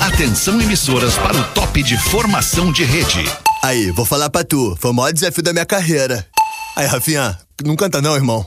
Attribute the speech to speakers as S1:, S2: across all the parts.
S1: Atenção emissoras para o top de formação de rede.
S2: Aí, vou falar pra tu. Foi o maior desafio da minha carreira. Aí, Rafinha, não canta não, irmão.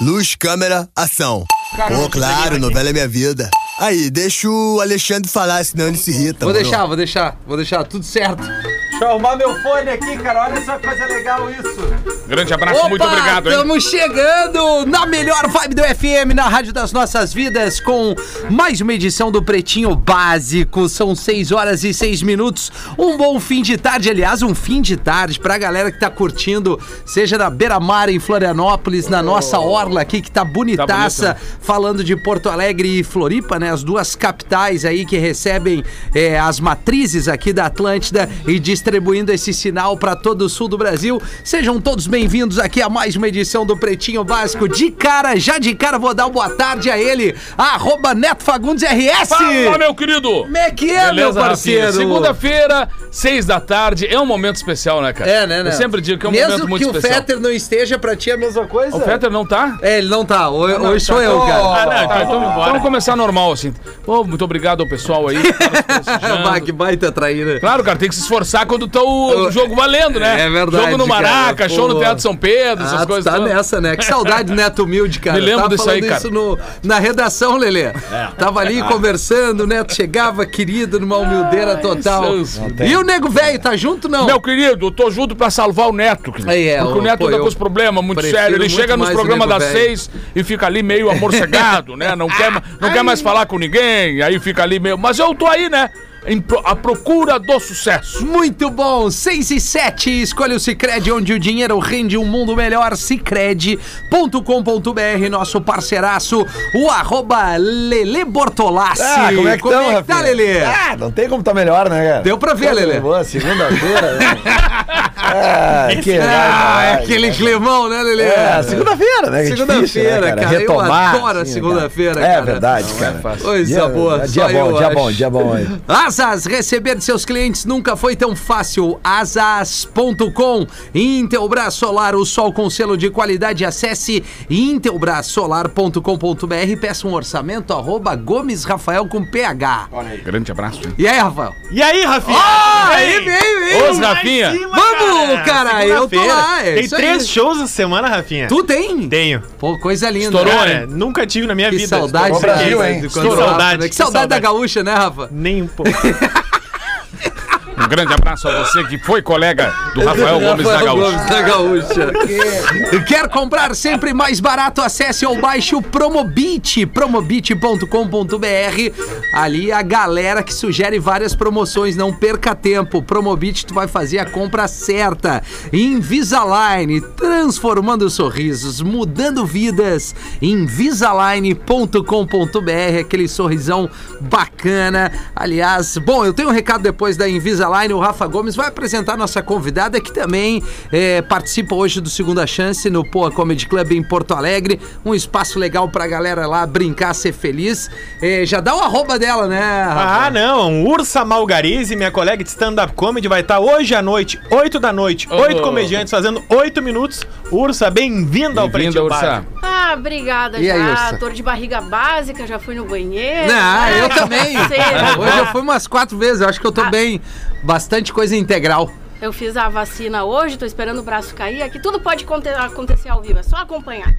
S2: Luz, câmera, ação. Pô, claro, novela é minha vida. Aí, deixa o Alexandre falar, senão ele se irrita.
S3: Vou
S2: mano.
S3: deixar, vou deixar, vou deixar, tudo certo.
S4: Deixa eu arrumar meu fone aqui, cara. Olha só que coisa legal isso.
S5: Grande abraço, muito obrigado, hein?
S3: Estamos chegando na melhor vibe do FM, na Rádio das Nossas Vidas, com mais uma edição do Pretinho Básico. São 6 horas e 6 minutos. Um bom fim de tarde, aliás, um fim de tarde pra galera que tá curtindo, seja na beira-mar, em Florianópolis, na nossa
S5: Oh.
S3: orla aqui, que tá
S5: né?
S3: bonitaça, falando de Porto Alegre e Floripa, né? As duas capitais aí que recebem eh, as matrizes aqui da Atlântida e distribuindo esse sinal pra todo o sul do Brasil. Sejam todos bem-vindos aqui a mais uma edição do Pretinho Básico. De cara, já de cara, vou dar uma boa tarde a ele, arroba Neto Fagundes RS.
S5: Fala, meu querido!
S3: Como é que é, meu
S5: Beleza, Rafinha?
S3: parceiro?
S5: Segunda-feira, seis da tarde, é um momento especial, né, cara?
S3: É, né, né?
S5: Eu sempre digo que é um
S3: Mesmo
S5: momento muito
S3: que
S5: especial.
S3: o Fetter não esteja, pra ti é a mesma coisa?
S5: O Fetter não tá?
S3: É, ele não tá. Hoje, hoje sou eu, cara.
S5: Ah, não, então, então vamos começar normal, assim. Pô, muito obrigado ao pessoal aí. que tá nos prestigiando.
S3: Bah, que baita traíra.
S5: Claro, cara, tem que se esforçar quando tá o o jogo valendo, né?
S3: É verdade,
S5: Jogo no
S3: cara,
S5: Maraca,
S3: pô.
S5: show no Teatro São Pedro, essas
S3: Ah, tu
S5: coisas
S3: tá
S5: todas.
S3: nessa, né? Que saudade do Neto Humilde, cara.
S5: Me lembro
S3: Tava
S5: disso aí,
S3: falando
S5: cara.
S3: isso no- na redação, Lelê.
S4: É.
S3: Tava ali
S4: Ah.
S3: conversando, o Neto chegava querido numa humildeira total.
S5: isso.
S3: E o Nego Velho, tá junto não?
S5: Meu querido, eu tô junto pra salvar o Neto. querido.
S3: Aí é,
S5: porque
S3: eu-
S5: o Neto
S3: pô,
S5: tá
S3: eu
S5: com os problemas muito
S3: prefiro
S5: sérios. Ele
S3: muito
S5: chega nos
S3: mais o
S5: programas
S3: nego
S5: das
S3: velho.
S5: seis e fica ali meio amorcegado, né? Não quer, ma- não quer mais falar com ninguém, aí fica ali meio. Mas eu tô aí, né? Em pro- a procura do sucesso.
S3: Muito bom, 6 e 7. Escolha o Cicred, onde o dinheiro rende um mundo melhor. Cicred.com.br, nosso parceiraço, o arroba Lele Bortolassi.
S4: Ah, como é que, tão,
S3: tá,
S4: Rafinha?
S3: Lelê?
S4: Ah, não tem como tá melhor, né, cara?
S3: Deu pra ver,
S4: Coisa
S3: Lelê.
S4: Boa, segunda-feira, né? Ah, que
S3: Ah, é
S4: vai,
S3: aquele climão, né, Lelê?
S4: É, segunda-feira, né? que é difícil, né,
S3: Segunda-feira, cara.
S4: Retomar,
S3: eu adoro a
S4: assim,
S3: segunda-feira,
S4: cara.
S3: cara.
S4: É verdade, cara.
S3: Coisa boa,
S4: Dia
S3: só eu
S4: bom, dia
S3: acho.
S4: bom, dia bom, aí.
S3: Asas, receber de seus clientes nunca foi tão fácil. Asas.com. Intelbras Solar, o sol com selo de qualidade. Acesse intelbrasolar.com.br. Peça um orçamento, arroba Gomes Rafael com PH.
S5: Um Grande abraço. hein?
S3: E aí, Rafael?
S6: E aí, Rafinha?
S3: Ah, aí,
S6: Ei,
S3: vem,
S5: Os
S3: vem.
S6: lá em
S5: Rafinha.
S6: cima,
S3: Vamos, cara, eu tô
S6: Segunda-feira.
S3: lá, é
S6: Tem
S3: isso
S6: três
S3: aí.
S6: shows essa semana, Rafinha?
S3: Tu tem?
S6: Tenho.
S3: Pô, coisa linda.
S5: Estourou,
S3: Cara,
S5: hein?
S6: Cara, nunca tive na minha
S3: Que
S6: vida.
S3: saudade,
S6: Estou-
S3: né?
S4: Brasil, hein?
S3: Que
S6: Estourou.
S3: saudade, que
S6: Que
S3: saudade da
S6: saudade.
S3: gaúcha, né, Rafa?
S6: Nem um pouco.
S5: Um grande abraço a você que foi colega do Rafael Gomes da
S3: Rafael
S5: Gaúcha.
S3: Gomes da Gaúcha. Quer comprar sempre mais barato? Acesse ou baixe o Promobit, promobit.com.br. Ali a galera que sugere várias promoções, não perca tempo. Promobit, tu vai fazer a compra certa. Invisalign, transformando sorrisos, mudando vidas. Invisalign.com.br, aquele sorrisão bacana. Aliás, bom, eu tenho um recado depois da Invisalign, o Rafa Gomes vai apresentar nossa convidada que também eh, participa hoje do Segunda Chance no Poa Comedy Club em Porto Alegre. Um espaço legal pra galera lá brincar, ser feliz. Eh, já dá o arroba dela, né, Rafa?
S6: Ah, não. Ursa Malgarize, minha colega de stand-up comedy, vai estar hoje à noite, 8 da noite. Oito comediantes fazendo 8 minutos. Ursa, bem-vinda ao
S5: Bem-vinda,
S6: Pretinho
S5: Ursa.
S6: Básico.
S7: Ah, obrigada.
S3: E
S7: já,
S3: aí, Ursa?
S7: dor de barriga básica, já fui no banheiro. Ah,
S3: Não,
S7: então
S3: eu também.
S7: Sei.
S3: Hoje eu fui umas quatro vezes, eu acho que eu tô bem. Bastante coisa integral.
S7: Eu fiz a vacina hoje, tô esperando o braço cair. Aqui tudo pode aconte- acontecer ao vivo, é só acompanhar.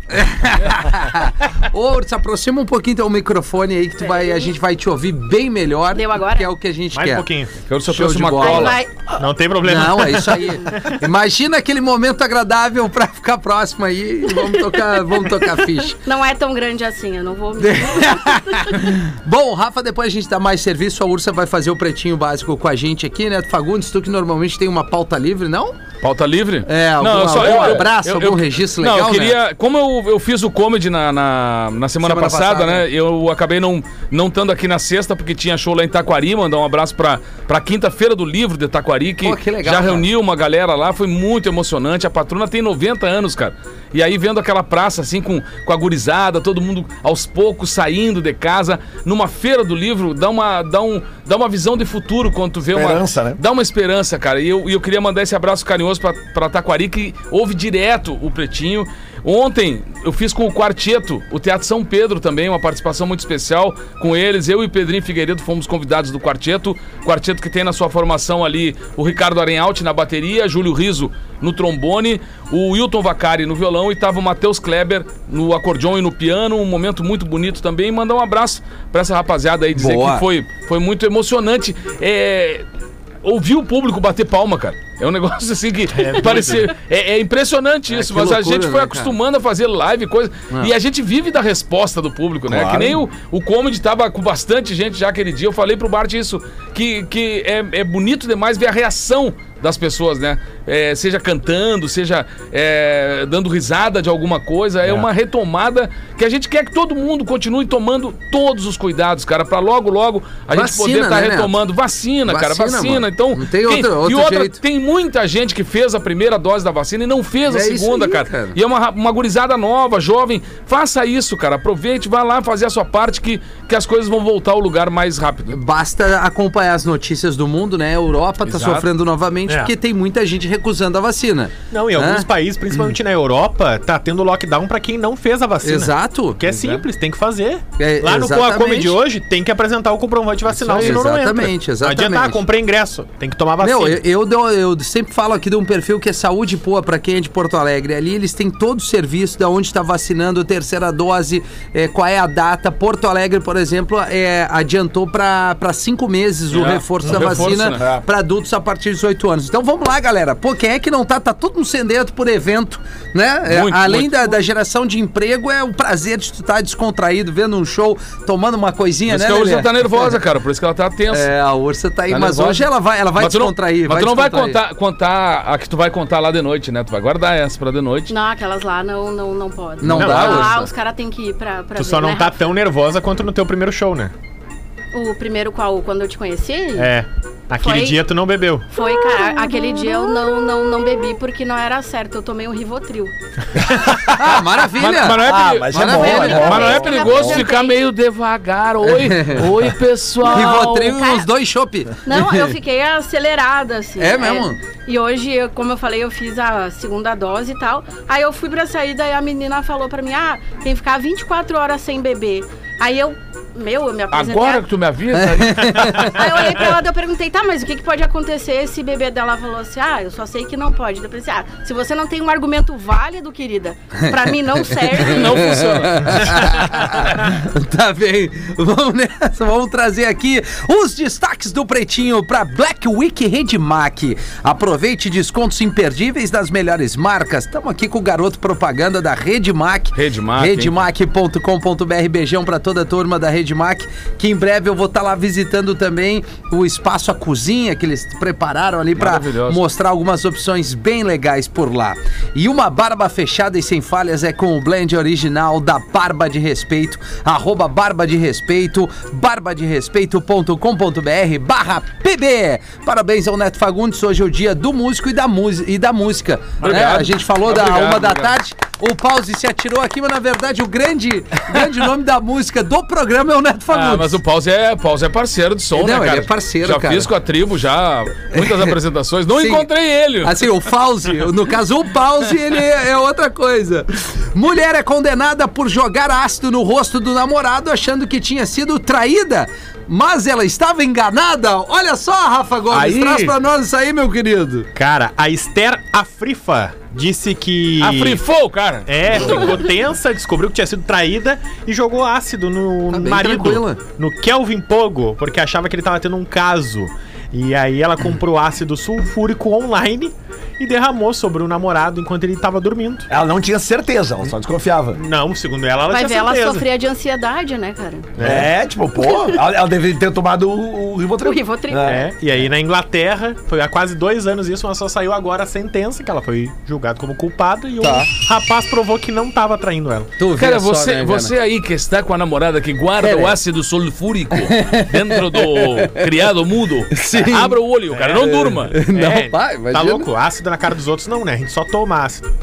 S3: Ô, se aproxima um pouquinho teu microfone aí que tu vai, a gente vai te ouvir bem melhor.
S7: Deu agora?
S3: Que é o que a gente
S6: Mais
S3: quer.
S6: um pouquinho.
S5: Eu só
S3: Show
S5: trouxe
S3: de
S5: uma
S3: bola.
S7: Aí
S5: cola.
S7: vai.
S6: Não tem problema.
S3: Não, é isso aí. Imagina aquele momento agradável pra ficar próximo aí. e Vamos tocar, vamos tocar ficha.
S7: Não é tão grande assim, eu não vou me.
S3: Bom, Rafa, depois a gente dá mais serviço. A Ursa vai fazer o pretinho básico com a gente aqui, né? Fagundes, tu que normalmente tem uma pauta livre, não?
S5: Pauta livre?
S3: É, algum- algum abraço, algum registro
S5: Não,
S3: legal, né?
S5: eu queria. Como eu, eu fiz o comedy na, na, na semana,
S3: Semana
S5: passada,
S3: passada.
S5: né? Eu acabei não não estando aqui na sexta, porque tinha show lá em Taquari. Mandar um abraço pra, pra quinta-feira do livro de Taquari, que,
S3: Pô, que legal,
S5: já
S3: cara.
S5: reuniu uma galera lá. Foi muito emocionante. A patrona tem 90 anos, cara. E aí, vendo aquela praça assim, com, com a gurizada, todo mundo aos poucos saindo de casa, numa feira do livro, dá uma, dá um, dá uma visão de futuro quando tu vê uma-
S4: Esperança, né?
S5: Dá uma esperança, cara. E eu, e eu queria mandar esse abraço carinhoso pra, pra Taquari, que ouve direto o Pretinho. Ontem eu fiz com o Quarteto, o Teatro São Pedro também, uma participação muito especial com eles. Eu e Pedrinho Figueiredo fomos convidados do Quarteto. Quarteto que tem na sua formação ali o Ricardo Arenhalt na bateria, Júlio Riso no trombone, o Wilton Vacari no violão e tava o Matheus Kleber no acordeon e no piano. Um momento muito bonito também. E mandar um abraço pra essa rapaziada aí, dizer
S3: Boa.
S5: que foi, foi muito emocionante. É, ouvir o público bater palma, cara. É um negócio assim que parecia. É, é impressionante isso,
S3: que
S5: mas a
S3: loucura,
S5: gente
S3: né, Ah.
S5: foi
S3: cara?
S5: acostumando a fazer live, coisa. E a gente vive da resposta do público, né?
S2: Claro.
S5: Que nem o, o comedy tava com bastante gente já aquele dia. Eu falei pro Bart isso, que, que é, é bonito demais ver a reação das pessoas, né? É, seja cantando, seja é, dando risada de alguma coisa. É, uma retomada que a gente quer que todo mundo continue tomando todos os cuidados, cara, pra logo, logo a gente
S3: Vacina,
S5: poder estar
S3: né, Neto?
S5: retomando. Vacina, cara,
S3: Vacina,
S5: vacina.
S3: mano.
S5: Então,
S3: Não tem outro-
S5: e
S3: outro
S5: outra,
S3: jeito.
S5: tem muita gente que fez a primeira dose da vacina e não fez a
S3: É isso
S5: segunda,
S3: aí,
S5: cara.
S3: cara.
S5: E é uma, ra- uma gurizada nova, jovem. Faça isso, cara. Aproveite, vá lá fazer a sua parte que, que as coisas vão voltar ao lugar mais rápido.
S3: Basta acompanhar as notícias do mundo, né? A Europa tá
S5: Exato.
S3: sofrendo novamente
S6: É.
S3: porque tem muita gente recusando a vacina.
S6: Não, em
S3: Né?
S6: alguns países, principalmente na Europa, tá tendo lockdown pra quem não fez a vacina.
S3: Exato.
S6: Que é simples, tem que fazer.
S3: É,
S6: Lá no
S3: exatamente.
S6: Coa Comedy de hoje, tem que apresentar o comprovante vacinal,
S3: aí,
S6: senão não entra.
S3: exatamente, exatamente.
S6: Não adianta, ah, comprei ingresso, tem que tomar vacina.
S3: Não, eu, eu, dou- eu sempre falo aqui de um perfil que é saúde boa pra quem é de Porto Alegre. Ali eles têm todo o serviço da onde está vacinando, terceira dose, é, qual é a data. Porto Alegre, por exemplo, é, adiantou para cinco meses o
S5: É,
S3: reforço
S5: um
S3: da
S5: reforço,
S3: vacina
S5: né?
S3: pra adultos a partir de 18 anos. Então vamos lá, galera. Pô, quem é que não tá? Tá todo mundo sendendo por evento, né? É,
S5: Muito,
S3: além
S5: muito.
S3: Da, da geração de emprego, é o prazer de tu estar descontraído, vendo um show, tomando uma coisinha,
S5: Por isso
S3: né?
S5: que a Ursa
S3: Lelê?
S5: tá nervosa, cara. Por isso que ela tá tensa.
S3: É, a ursa tá aí,
S5: Tá
S3: mas
S5: nervosa.
S3: hoje ela vai, ela vai
S5: mas tu não-
S3: descontrair.
S5: Mas tu não vai
S3: descontrair.
S5: contar, contar a que tu vai contar lá de noite, né? Tu vai guardar essa pra de noite.
S7: Não, aquelas lá não, não, não podem.
S3: Não
S7: Então,
S3: dá,
S7: lá,
S3: Ursa.
S7: os caras têm que ir pra, pra
S6: Tu
S7: ver,
S6: só não
S7: né,
S6: tá
S7: Rafa?
S6: tão nervosa quanto no teu primeiro show, né?
S7: O primeiro qual, quando eu te conheci,
S6: É. Aquele
S7: Foi.
S6: dia tu não bebeu.
S7: foi, cara, aquele dia eu não, não, não bebi porque não era certo, eu tomei um Rivotril.
S3: Ah, maravilha!
S5: Mas- mas não é
S8: Ah,
S5: peri-
S8: mas é
S3: Maravilha,
S8: bom, é
S3: cara.
S8: bom.
S5: mas não é
S7: Eu
S5: perigoso
S7: apresentei.
S5: ficar meio devagar. Oi, oi, pessoal.
S3: Rivotril e
S7: cara.
S3: uns dois chopp.
S7: Não, eu fiquei acelerada, assim.
S3: É mesmo?
S7: E hoje, eu- como eu falei, eu fiz a segunda dose e tal. Aí eu fui pra saída e a menina falou pra mim, ah, tem que ficar 24 horas sem beber. Aí eu, meu, eu me apresentei.
S5: Agora que tu me avisa, aí
S7: Aí eu olhei pra ela e eu perguntei, tá, mas o que, que pode acontecer se beber dela? Ela falou assim, ah, eu só sei que não pode. Eu pensei, ah, se você não tem um argumento válido, querida, pra mim não serve.
S5: não funciona.
S3: tá bem, vamos nessa, vamos trazer aqui os destaques do Pretinho para Black Week Redmac. Aproveite descontos imperdíveis das melhores marcas. Estamos aqui com o garoto propaganda da Redmac.
S5: Redmac, hein?
S3: Redmac.com.br. Beijão para toda a turma da Redmac, que em breve eu vou estar lá visitando também o espaço a cozinha que eles prepararam ali para
S5: Maravilhoso.
S3: mostrar algumas opções bem legais por lá. E uma barba fechada e sem falhas é com o blend original da Barba de Respeito, arroba Barba de Respeito, barbaderespeito.com.br barra PB. Parabéns ao Neto Fagundes, hoje é o dia do músico e da, musi- e da música.
S5: Obrigado.
S3: né? A gente falou da
S5: Obrigado,
S3: uma da
S5: obrigado.
S3: tarde, o Pause se atirou aqui, mas na verdade o grande, grande nome da música do programa é o Neto Fagundes.
S5: Ah, mas o Pause é, Pause é parceiro de som,
S3: Não,
S5: né,
S3: ele
S5: cara?
S3: é parceiro,
S5: já
S3: cara.
S5: fiz com a tribo, já muitas apresentações. Não
S3: Sim.
S5: encontrei ele.
S3: Assim, o Fauzi, no caso o Pause, ele é é outra coisa. Mulher é condenada por jogar ácido no rosto do namorado achando que tinha sido traída, mas ela estava enganada. Olha só, Rafa Gomes,
S6: Aí.
S3: traz pra nós isso aí, meu querido.
S6: Cara, a Esther Afrifa disse que.
S5: A Frifou, cara.
S6: É, ficou tensa, descobriu que tinha sido traída e jogou ácido no
S3: Tá bem
S6: marido,
S3: tranquila.
S6: no Kelvin Pogo, porque achava que ele tava tendo um caso. E aí ela comprou ácido sulfúrico online e derramou sobre o namorado enquanto ele tava dormindo.
S8: Ela não tinha certeza, ela só desconfiava.
S6: Não, segundo ela, ela
S7: Vai
S6: tinha
S7: ver, ela
S6: certeza.
S7: sofria de ansiedade, né, cara?
S8: É, tipo, pô, ela, ela deveria ter tomado o, o Rivotril.
S7: O Rivotril.
S8: É.
S6: É, e aí na Inglaterra, foi há quase dois anos isso, mas só saiu agora a sentença, que ela foi julgada como culpada e
S8: Tá.
S6: o rapaz provou que não tava traindo ela.
S3: Tu
S5: Cara,
S6: né,
S5: você, você aí que está com a namorada que
S3: É,
S5: guarda
S3: né?
S5: o ácido sulfúrico dentro do criado mudo,
S3: Sim.
S5: abra o olho, cara, não durma.
S3: Não,
S6: É,
S3: pai, imagina.
S6: Tá louco? Ácido na cara dos outros não, né? A gente só toma ácido.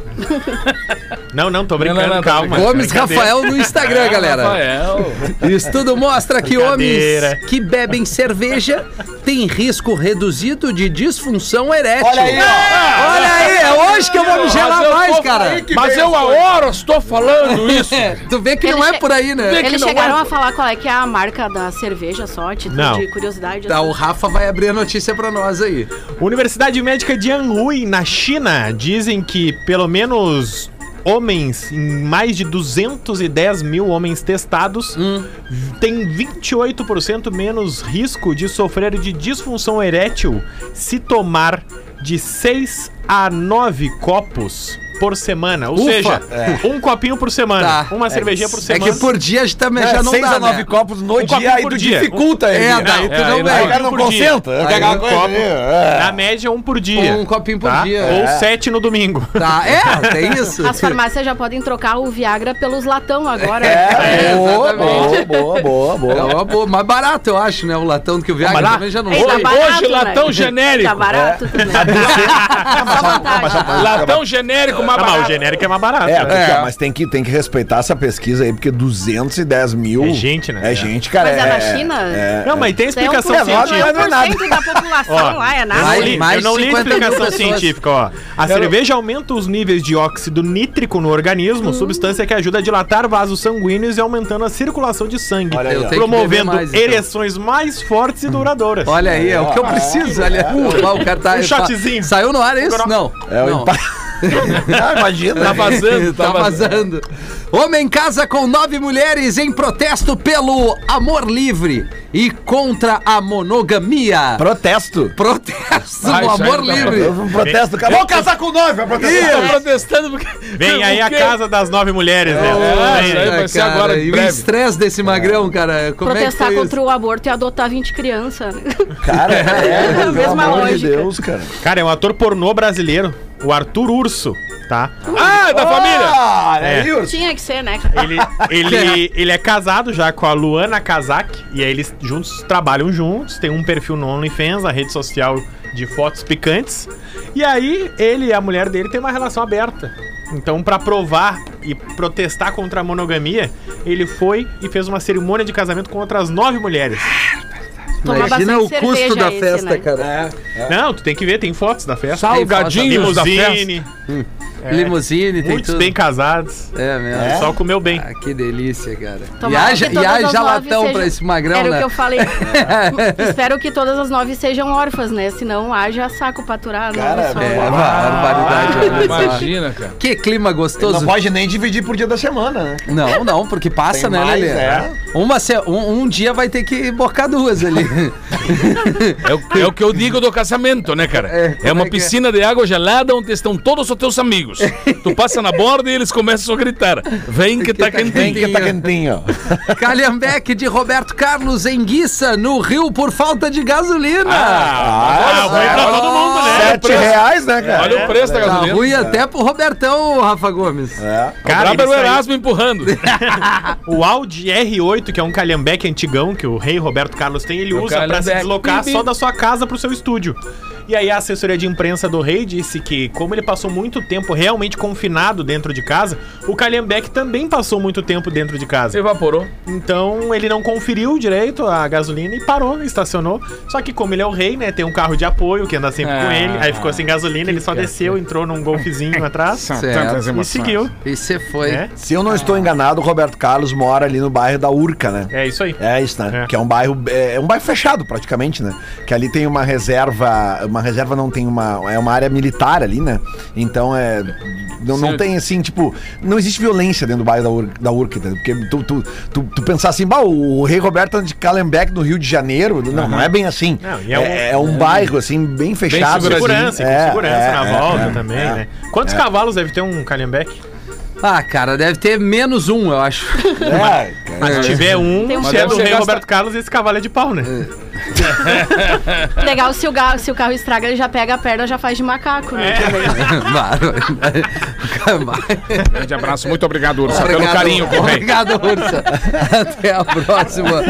S6: não, não, tô brincando,
S5: Não, não, não, tô
S6: calma.
S3: Gomes
S6: Brincadeira.
S3: Rafael no Instagram, É, galera.
S5: É, Ah, Rafael.
S3: Estudo mostra que homens
S6: Brincadeira.
S3: que bebem cerveja tem risco reduzido de disfunção erétil.
S8: Olha aí,
S6: Ah!
S8: ó.
S3: Olha aí, é hoje que eu vou me gelar mais, cara.
S5: Mas eu a hora estou
S6: é
S5: falando isso.
S3: Tu vê que não
S7: Ele
S3: é
S7: che-
S3: por aí, né?
S7: Eles chegaram a falar qual é que é a marca da cerveja só, a título
S6: Não.
S7: de curiosidade.
S3: Tá,
S7: assim.
S3: o Rafa vai abrir a notícia pra nós aí.
S6: Universidade Médica de Anhui, na China, dizem que pelo menos homens, em mais de 210 mil homens testados,
S3: Hum.
S6: têm 28% menos risco de sofrer de disfunção erétil se tomar de 6 a 9 copos por semana. Ou
S3: Ufa! É.
S6: seja, um copinho por semana,
S3: Tá.
S6: uma cervejinha por
S3: É
S6: semana.
S3: que por dia já também já não
S8: É, seis
S3: dá,
S8: a nove
S3: né?
S8: copos
S6: Um
S8: no dia,
S6: copinho
S8: aí
S6: por
S8: tu
S6: dia.
S8: dificulta ele.
S3: É,
S8: né?
S3: dá.
S5: é,
S3: tu
S5: é,
S3: não
S5: aí não
S8: Aí o
S3: ganha.
S8: cara
S6: Um
S8: não
S6: Por dia.
S8: concentra. é
S6: Aí
S8: aquela
S6: um
S8: coisa
S6: copo.
S8: ali, é.
S6: Na média, um por dia.
S3: Um copinho por
S6: tá?
S3: dia. é.
S6: Ou sete no domingo.
S3: Tá, é, tem isso.
S7: As farmácias já podem trocar o Viagra pelos latão agora.
S8: É, boa, boa,
S3: exatamente.
S8: boa, boa,
S3: É
S8: boa.
S3: uma boa, mais barato, eu acho, né? O latão do que o Viagra
S5: Mas lá- é
S3: também já não
S7: Ei, tá
S5: Hoje-
S3: vai.
S7: barato,
S5: hoje latão
S7: né?
S5: genérico.
S7: Tá barato também. Só vantagem.
S5: Latão genérico, uma
S3: Tá
S6: Ah, mas o
S5: barata.
S6: genérico é mais barato. né?
S8: É, porque, ó, mas tem que, tem que respeitar essa pesquisa aí, porque 210 mil.
S6: É gente, né?
S8: É gente, cara.
S7: Mas é na China?
S6: Não, mas tem
S7: Isso aí
S6: explicação
S7: é um por-
S8: científica.
S7: é um
S8: Não é nada.
S7: por cento da população
S6: Ó,
S7: lá, é
S6: Eu não
S3: Vai,
S7: nada.
S6: li,
S3: mais
S6: eu não li a
S3: 50 mil
S6: explicação
S3: pessoas.
S6: científica, ó. A cerveja aumenta os níveis de óxido nítrico no organismo, substância que ajuda a dilatar vasos sanguíneos e aumentando a circulação de sangue,
S8: Olha aí, ó.
S6: promovendo
S3: Tem que beber mais, então.
S6: ereções mais fortes e duradouras.
S3: Olha aí, é o
S8: Ah,
S3: que eu preciso. Olha, Lá o cara tá.
S6: Um shotzinho.
S3: Saiu no ar isso? Não.
S8: É o
S3: não.
S8: impacto. Ah, imagina.
S5: Tá vazando,
S3: tá vazando. Homem casa com nove mulheres em protesto pelo amor livre e contra a monogamia.
S8: Protesto.
S3: Protesto
S5: Ah,
S3: do
S5: isso aí
S3: amor
S5: não tá
S3: livre.
S8: Um protesto. Vamos casar com nove, vai protestar.
S5: Tá protestando porque...
S6: Vem aí a
S5: porque-
S6: casa das nove mulheres, né?
S5: É,
S6: Vem
S5: isso
S6: aí.
S5: aí vai ser
S3: Cara,
S5: agora,
S3: e
S5: em
S3: o
S5: breve.
S3: estresse desse
S8: É.
S3: magrão, cara. Como
S7: Protestar
S3: é que foi
S7: contra o aborto e adotar 20 crianças. né?
S8: Cara, é, pelo
S7: Mesma
S8: amor
S7: lógica.
S8: de Deus, cara.
S6: Cara, é um ator pornô brasileiro, o Arthur Urso, tá?
S5: Ah, da família.
S8: Ah,
S6: É.
S8: é. Urso.
S7: Tinha que ser, né? cara?
S6: Ele, ele, ele é casado já com a Luana Kazak e aí eles juntos trabalham juntos, tem um perfil no OnlyFans, a rede social de fotos picantes. E aí ele e a mulher dele têm uma relação aberta. Então, pra provar e protestar contra a monogamia, ele foi e fez uma cerimônia de casamento com outras nove mulheres.
S7: Tomar
S3: Imagina o
S7: bastante
S3: custo
S7: cerveja
S3: da
S7: esse,
S3: festa,
S7: né?
S3: cara. É.
S6: Não, tu tem que ver, tem fotos da festa.
S5: Salgadinhos da festa.
S6: Limousine,
S3: É. Limousine, tem
S6: muitos
S3: tudo.
S6: bem casados.
S3: É mesmo.
S6: O pessoal comeu bem.
S3: Ah, que delícia, cara. e
S7: Tomara
S3: haja,
S7: que
S3: e
S7: todas
S3: haja
S7: as nove
S3: latão
S7: sejam-
S3: pra esse magrão,
S7: Era
S3: né?
S7: o que eu falei. Espero que todas as nove sejam órfãs, né? Senão haja saco pra aturar. nove
S8: Cara,
S7: só.
S3: É, barbaridade.
S5: Ah,
S3: olha só.
S5: imagina, cara.
S3: Que clima gostoso.
S8: Não pode nem dividir por dia da semana, né?
S3: Não, não, porque passa,
S8: Tem
S3: né,
S8: mais,
S3: Lelê?
S8: é.
S3: Uma se- um, um dia vai ter que bocar duas ali.
S5: É o, é o que eu digo do casamento, né, cara?
S3: É,
S5: É,
S3: como é
S5: uma
S3: que
S5: piscina de água gelada onde estão todos os teus amigos. tu passa na borda e eles começam a gritar. Vem que tá
S8: Tem
S5: quentinho.
S8: que tá quentinho.
S3: Calhambeque de Roberto Carlos em Guiça, no Rio, por falta de gasolina.
S8: Ah,
S6: Ah, vai pra todo mundo, né?
S8: Sete reais, né, cara?
S5: Olha o preço da
S3: tá
S5: gasolina.
S3: ruim até pro Robertão, Rafa Gomes.
S8: É.
S5: O brabo
S6: ele
S5: era o
S6: saiu-
S5: Erasmo empurrando.
S6: O Audi R8, que é um calhambeque antigão que o rei Roberto Carlos tem, ele
S5: É o
S6: usa pra se
S5: calhambeque.
S6: deslocar
S5: Bim, bim.
S6: só da sua casa pro seu estúdio. E aí a assessoria de imprensa do rei disse que, como ele passou muito tempo realmente confinado dentro de casa, o calhambeque também passou muito tempo dentro de casa.
S5: Evaporou.
S6: Então ele não conferiu direito a gasolina e parou, estacionou. Só que como ele é o rei, né, tem um carro de apoio que anda sempre com
S5: Ah, é
S6: ele, aí ficou sem gasolina, ele só
S5: assim?
S6: desceu, entrou num golfezinho atrás
S3: Certo.
S6: e seguiu.
S3: E você foi.
S6: É.
S8: Se eu não estou enganado, o Roberto Carlos mora ali no bairro da Urca, né?
S6: É isso aí.
S8: É isso, né?
S6: É.
S8: Que é um bairro é, é um bairro fechado praticamente, né? Que ali tem uma reserva, uma reserva não tem uma é uma área militar ali, né? Então é não, não
S5: Sim.
S8: tem assim, tipo, não existe violência dentro do bairro da, Ur, da Urca, entendeu? porque tu, tu, tu, tu pensar assim, bah, o, o Rei Roberto anda de Callenbeck no Rio de Janeiro, não, não é bem assim.
S6: Não, e
S8: é,
S6: é um-
S8: é, um bairro assim bem fechado,
S6: Com segurança,
S8: É,
S6: com segurança
S8: é,
S6: na
S8: é,
S6: volta
S8: é,
S6: também,
S8: é.
S6: né? Quantos cavalos deve ter um Calhambeque?
S3: Ah, cara, deve ter menos um, eu acho.
S8: É, cara.
S6: Mas se tiver um,
S7: Tem um
S6: se é do
S7: pouco.
S6: rei
S5: Você gasta-
S6: Roberto Carlos, esse cavalo é de pau, né?
S7: Legal, se o, ga- se o carro estraga, ele já pega a perna, já faz de macaco, né?
S5: É.
S3: Claro.
S5: Grande abraço, muito obrigado, Ursa, pelo
S3: Obrigado.
S5: carinho que vem.
S3: Obrigado, Ursa. Até a próxima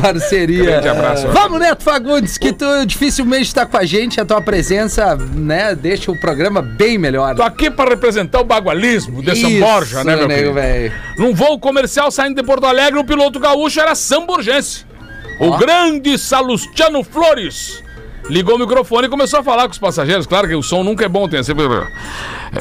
S3: parceria.
S5: Grande abraço.
S3: Vamos, Neto Fagundes, que tu dificilmente está com a gente. A tua presença, né, deixa o programa bem melhor.
S5: Tô aqui para representar o bagualismo de São
S3: Isso,
S5: Borja, né, meu
S3: nego,
S5: querido?
S3: velho?
S5: Num voo comercial saindo de Porto Alegre, o piloto gaúcho era samborgense. O grande Salustiano Flores ligou o microfone e começou a falar com os passageiros. Claro que o som nunca é bom, tem sempre.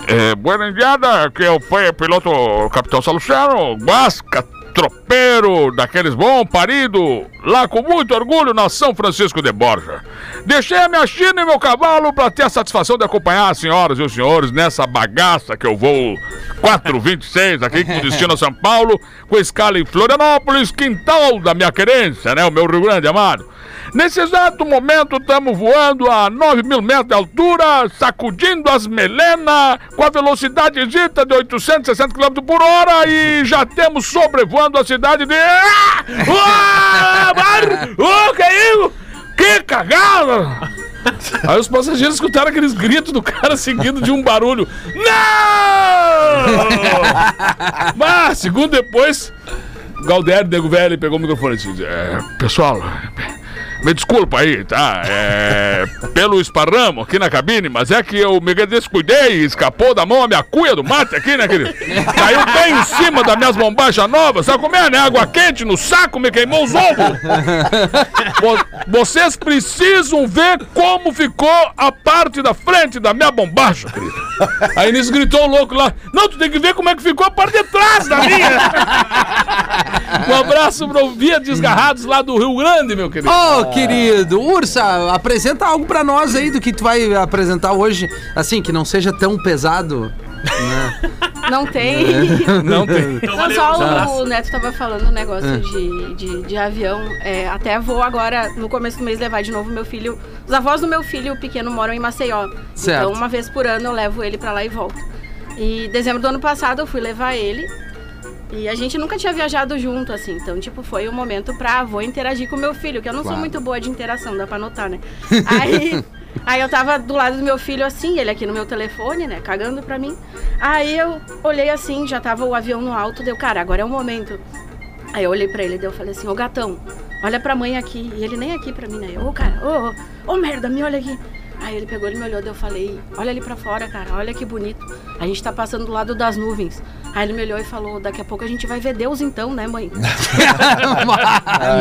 S5: É, boa enviada, aqui é o pe- piloto Capitão Salustiano, Basca, tropeiro daqueles bom parido, lá com muito orgulho na São Francisco de Borja. Deixei a minha China e meu cavalo para ter a satisfação de acompanhar as senhoras e os senhores nessa bagaça que eu vou 426 aqui com destino a São Paulo, com escala em Florianópolis, quintal da minha querência, né, o meu Rio Grande amado. Nesse exato momento, estamos voando a 9 mil metros de altura, sacudindo as melenas com a velocidade dita de 860 km por hora e já temos sobrevoando a cidade de. Ah! Ah! Mar- Ah, que isso? Que cagada! Aí os passageiros escutaram aqueles gritos do cara seguido de um barulho. Não! Mas, segundo depois, Galdério, Nego Velho, pegou o microfone e disse: "É, Pessoal, me desculpa aí, tá? É, pelo esparramo aqui na cabine, mas é que eu me descuidei e escapou da mão a minha cuia do mate aqui, né, querido? Caiu bem em cima das minhas bombachas novas, sabe como é, né? Água quente no saco me queimou os ovos. Vo- Vocês precisam ver como ficou a parte da frente da minha bombacha, querido. Aí nisso gritou o louco lá: Não, tu tem que ver como é que ficou a parte de trás da minha. Um abraço pro Via Desgarrados lá do Rio Grande, meu querido.
S3: Ô, querido, Ursa, apresenta algo pra nós aí do que tu vai apresentar hoje, assim, que não seja tão pesado.
S7: Não tem.
S3: É.
S5: Não tem.
S3: Então,
S7: Não, só o, o Neto tava falando um negócio de, de, de avião. É, até vou agora, no começo do mês, levar de novo meu filho. Os avós do meu filho pequeno moram em Maceió.
S3: Certo.
S7: Então, uma vez por ano, eu levo ele pra lá e volto. E em dezembro do ano passado, eu fui levar ele. E a gente nunca tinha viajado junto, assim. Então, tipo, foi um momento pra vou interagir com meu filho, que eu não sou muito boa de interação, dá pra notar, né? Aí, aí eu tava do lado do meu filho, assim, ele aqui no meu telefone, né? Cagando pra mim. Aí eu olhei assim, já tava o avião no alto, deu, cara, agora é o momento. Aí eu olhei pra ele, daí eu falei assim, ô gatão, olha pra mãe aqui. E ele nem aqui pra mim, né? Eu, Ô, cara, ô, ô, ô, merda, me olha aqui. Aí ele pegou, ele me olhou, daí eu falei, olha ali pra fora, cara, olha que bonito. A gente tá passando do lado das nuvens. Aí ele me olhou e falou, daqui a pouco a gente vai ver Deus então, né, mãe?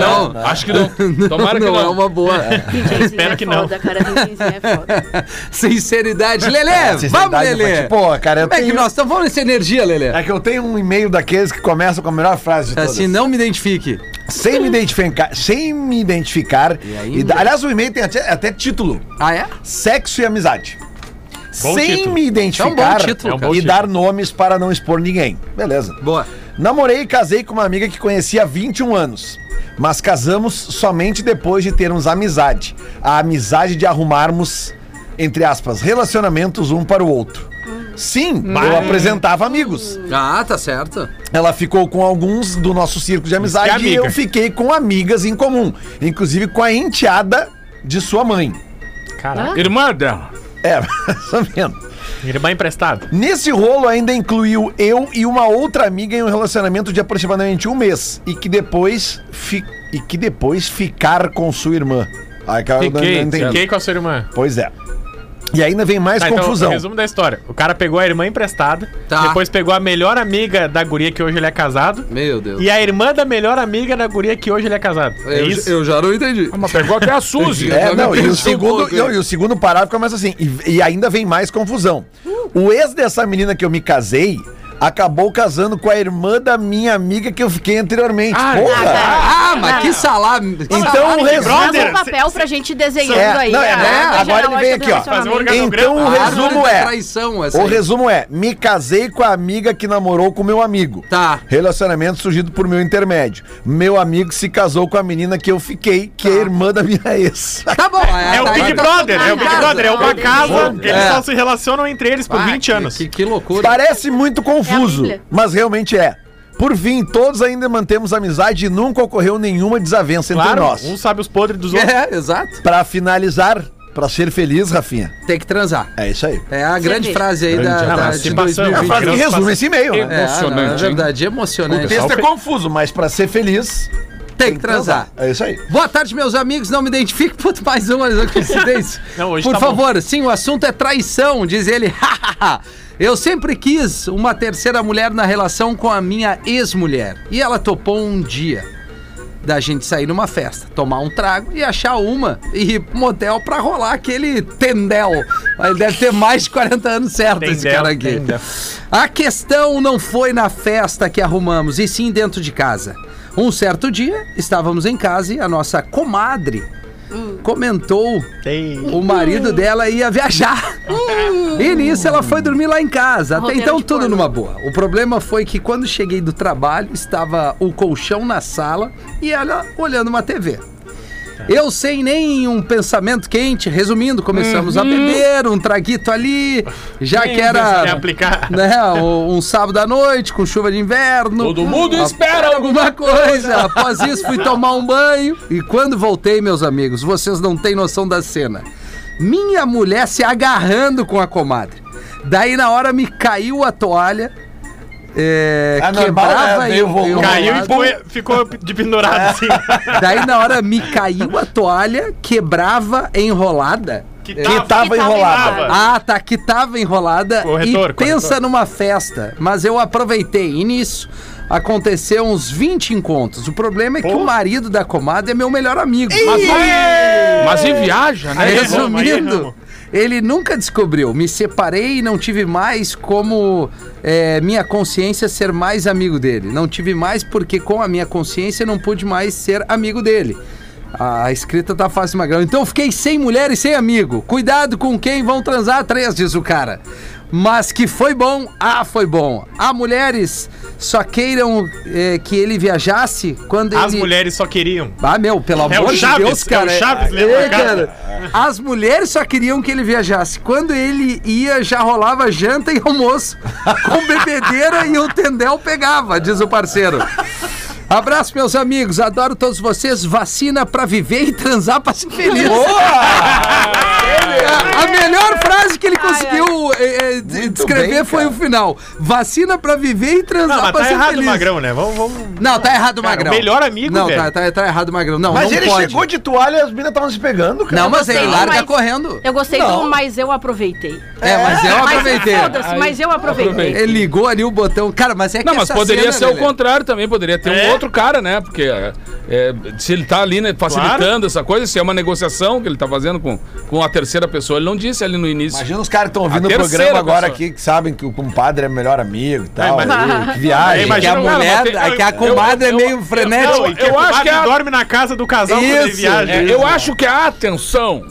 S5: Não, acho que não. Tomara que
S3: É. não
S5: não.
S3: é uma boa.
S7: Espero
S6: que não.
S7: foda, Cara, DJzinho é foda.
S3: Sinceridade. Lelê,
S6: É,
S3: vamos,
S8: Sinceridade,
S3: Lelê.
S8: mas, Pô,
S6: né?
S8: cara, eu
S3: Como é que
S8: tenho-
S3: nós estamos? Vamos nessa energia, Lelê.
S8: É que eu tenho um e-mail daqueles que começa com a melhor frase de todas.
S3: Assim, não me identifique.
S8: Sem me identificar. Sem me identificar.
S3: E
S8: E
S3: ainda?
S8: da- aliás, o e-mail tem até, até título:
S3: Ah, é?
S8: Sexo e Amizade. sem
S6: título.
S8: me
S3: É um bom
S8: identificar
S3: título, É um
S8: e
S3: bom
S6: título.
S8: dar nomes para não expor ninguém. Beleza.
S3: Boa.
S8: Namorei e casei com uma amiga que conhecia há 21 anos. Mas casamos somente depois de termos amizade. A amizade de arrumarmos, entre aspas, relacionamentos um para o outro. Sim, eu apresentava amigos.
S3: Ah, tá certo.
S8: Ela ficou com alguns do nosso círculo de amizade e
S6: é amiga.
S8: eu fiquei com amigas em comum, inclusive com a enteada de sua mãe.
S6: Caraca. é
S5: Irmã dela.
S8: É, mais ou menos.
S6: Irmã emprestado.
S8: Nesse rolo ainda incluiu eu e uma outra amiga em um relacionamento de aproximadamente um mês e que depois fi- e que depois ficar com sua irmã. Ai, cara, eu não- não
S6: Fiquei,
S8: entendi.
S6: fiquei com a sua irmã.
S8: Pois é. E ainda vem mais
S6: Tá, então,
S8: confusão.
S6: resumo da história. O cara pegou a irmã emprestada,
S3: Tá.
S6: depois pegou a melhor amiga da guria que hoje ele é casado,
S3: Meu Deus.
S6: e a irmã da melhor amiga da guria que hoje ele é casado. é
S3: Eu,
S6: isso?
S3: eu já não entendi.
S5: Mas pegou até a Suzy.
S8: É, não, e
S3: pensei um
S8: o, segundo,
S3: pouco,
S8: não,
S3: é.
S8: e o segundo parágrafo começa assim, e, e ainda vem mais confusão. O ex dessa menina que eu me casei acabou casando com a irmã da minha amiga que eu fiquei anteriormente. Porra!
S3: Ah, mas que salário.
S8: Então, o resumo...
S7: Traz um
S6: Brother,
S7: papel pra gente desenhando
S8: É,
S7: aí.
S8: não, é,
S7: a
S8: né?
S7: árvore
S8: Agora ele vem
S7: genealógica
S8: aqui,
S6: Fazer
S7: do relacionamento.
S8: ó.
S6: um organ-
S8: Então o
S6: A árvore
S3: tá
S8: resumo é...
S3: ah, Traição, essa
S8: O
S3: aí.
S8: resumo é: me casei com a amiga que namorou com meu amigo.
S3: Tá.
S8: Relacionamento surgido por meu intermédio. Meu amigo se casou com a menina que eu fiquei, que é irmã da minha ex.
S3: Tá bom.
S6: É o
S3: tá-
S6: Big
S3: tá-
S6: Brother, é o Big
S7: casa,
S6: Brother, é uma
S7: tá
S6: casa
S7: dentro.
S6: que eles
S3: É.
S6: só se relacionam entre eles por
S3: Ah,
S6: 20
S3: que-
S6: anos.
S3: Que, que loucura.
S8: Parece muito confuso,
S7: Bíblia.
S8: mas realmente é. Por fim, todos ainda mantemos amizade e nunca ocorreu nenhuma desavença entre
S6: Claro,
S8: nós.
S6: um sabe os podres dos outros.
S3: É, exato.
S8: Pra finalizar, pra ser feliz, Rafinha.
S3: Tem que transar.
S8: É isso aí.
S3: É a grande
S7: Cerveja.
S3: frase aí da,
S6: Ah,
S3: da,
S6: mas
S3: de
S6: se passamos.
S8: É a
S3: 2020.
S8: frase que resume esse e-mail, né?
S5: É. Emocionante,
S3: É, não, é
S5: hein?
S3: verdade, emocionante.
S8: Texto é confuso, mas pra ser feliz,
S3: Tem que transar.
S8: É isso aí.
S3: Boa tarde, meus amigos. Não me identifique. Puta, mais uma mais uma coincidência.
S6: Não, hoje
S3: Por
S6: tá bom.
S3: favor, sim, o assunto é traição, diz ele. Eu sempre quis uma terceira mulher na relação com a minha ex-mulher. E ela topou um dia. da gente sair numa festa, tomar um trago e achar uma e ir pro motel pra rolar aquele tendel. Ele deve ter mais de 40 anos certo, esse
S6: Tendel,
S3: cara aqui.
S6: tendel.
S3: A questão não foi na festa que arrumamos, e sim dentro de casa. Um certo dia, estávamos em casa e a nossa comadre comentou
S6: Tem.
S3: o
S7: Hum.
S3: marido dela ia viajar. E nisso ela foi dormir lá em casa. Até
S7: Roteiro
S3: então
S7: de
S3: tudo
S7: porno.
S3: numa boa. O problema foi que quando cheguei do trabalho, estava o colchão na sala e ela olhando uma TV. Eu sem nenhum pensamento quente, resumindo, começamos a beber, um traguito ali, já é que era
S6: Quer aplicar?
S3: né, um, um sábado à noite, com chuva de inverno.
S5: Todo mundo
S3: Após-
S5: espera
S3: alguma coisa. Após isso, fui tomar um banho. E quando voltei, meus amigos, vocês não têm noção da cena. Minha mulher se agarrando com a comadre. Daí, na hora, me caiu a toalha. É,
S8: Ah, normal,
S3: quebrava
S8: né?
S3: e
S8: Meio voltou.
S6: Caiu e
S3: enrolado.
S6: põe- ficou de pendurado assim.
S3: Daí, na hora, me caiu a toalha, quebrava enrolada. É,
S6: Que
S8: Que tava enrolada.
S3: Ah, tá, que tava enrolada
S6: Corretor,
S3: e pensa
S6: corretor.
S3: numa festa, mas eu aproveitei e nisso aconteceu uns 20 encontros. O problema é que o marido da comadre é meu melhor amigo. Mas,
S5: Mas e viaja, né?
S6: Aí erramos, aí é
S3: resumindo,
S6: erramos.
S3: ele nunca descobriu. Me separei e não tive mais como é, minha consciência ser mais amigo dele. Não tive mais porque com a minha consciência eu não pude mais ser amigo dele. A escrita tá fácil, Magrão. Então fiquei sem mulher e sem amigo. Cuidado com quem vão transar três, diz o cara. Mas que foi bom, ah, foi bom. Ah, mulheres só queiram é, que ele viajasse quando
S6: As
S3: ele...
S6: mulheres só queriam.
S3: Ah, meu, pelo
S6: É
S3: amor
S6: o
S3: de
S6: Chaves,
S3: Deus,
S6: é o
S3: cara.
S6: Chaves lembra a casa.
S3: As mulheres só queriam que ele viajasse. Quando ele ia, já rolava janta e almoço. Com bebedeira e o tendel pegava, diz o parceiro. Abraço, meus amigos. Adoro todos vocês. Vacina pra viver e transar pra ser feliz. A- A melhor frase que ele
S7: Ai,
S3: conseguiu eh, eh, de- descrever
S8: bem,
S3: foi o final. Vacina pra viver e transar
S6: Não, mas
S3: pra
S6: tá
S3: ser
S6: errado o
S3: feliz.
S6: Magrão, né? Vamos, vamos.
S3: Não, tá errado o
S6: Cara, o
S3: Magrão.
S6: melhor amigo,
S3: Não,
S6: velho.
S3: tá, tá, tá errado o Magrão. Não,
S8: Mas
S3: não
S8: ele
S3: pode.
S8: chegou de toalha e as meninas estavam se pegando, cara.
S3: Não, mas ele
S7: Não,
S3: larga
S7: mas
S3: correndo.
S7: Eu gostei
S8: Não.
S7: do mas eu aproveitei.
S3: É, mas eu aproveitei.
S7: Mas, foda-se, mas eu aproveitei.
S3: Ele ligou ali o botão. Cara, mas é que
S5: Não, mas
S3: essa
S5: poderia
S3: cena,
S5: ser
S3: velho,
S5: o contrário também, poderia ter
S6: É?
S5: um outro cara, né? Porque é, é, se ele tá ali, né, facilitando essa coisa, se é uma negociação que ele tá fazendo com, com a terceira pessoa, ele não disse ali no início.
S8: Imagina os caras que estão ouvindo
S5: A
S8: o programa
S5: terceira
S8: agora
S5: pessoa.
S8: aqui, que sabem que o compadre é melhor amigo e tal.
S6: É, mas-
S8: aí, que viagem.
S6: É, imagina
S3: que a
S6: o cara,
S3: mulher,
S6: mas tem-
S3: que a
S6: eu-
S3: comadre
S5: eu-
S3: é meio
S5: eu-
S3: frenética.
S5: eu-
S6: e o
S5: acho
S6: padre
S5: que é a-
S6: dorme na casa do casal quando ele
S3: Isso.
S6: viaja.
S5: É,
S6: Isso,
S5: eu
S6: mano.
S5: acho que a atenção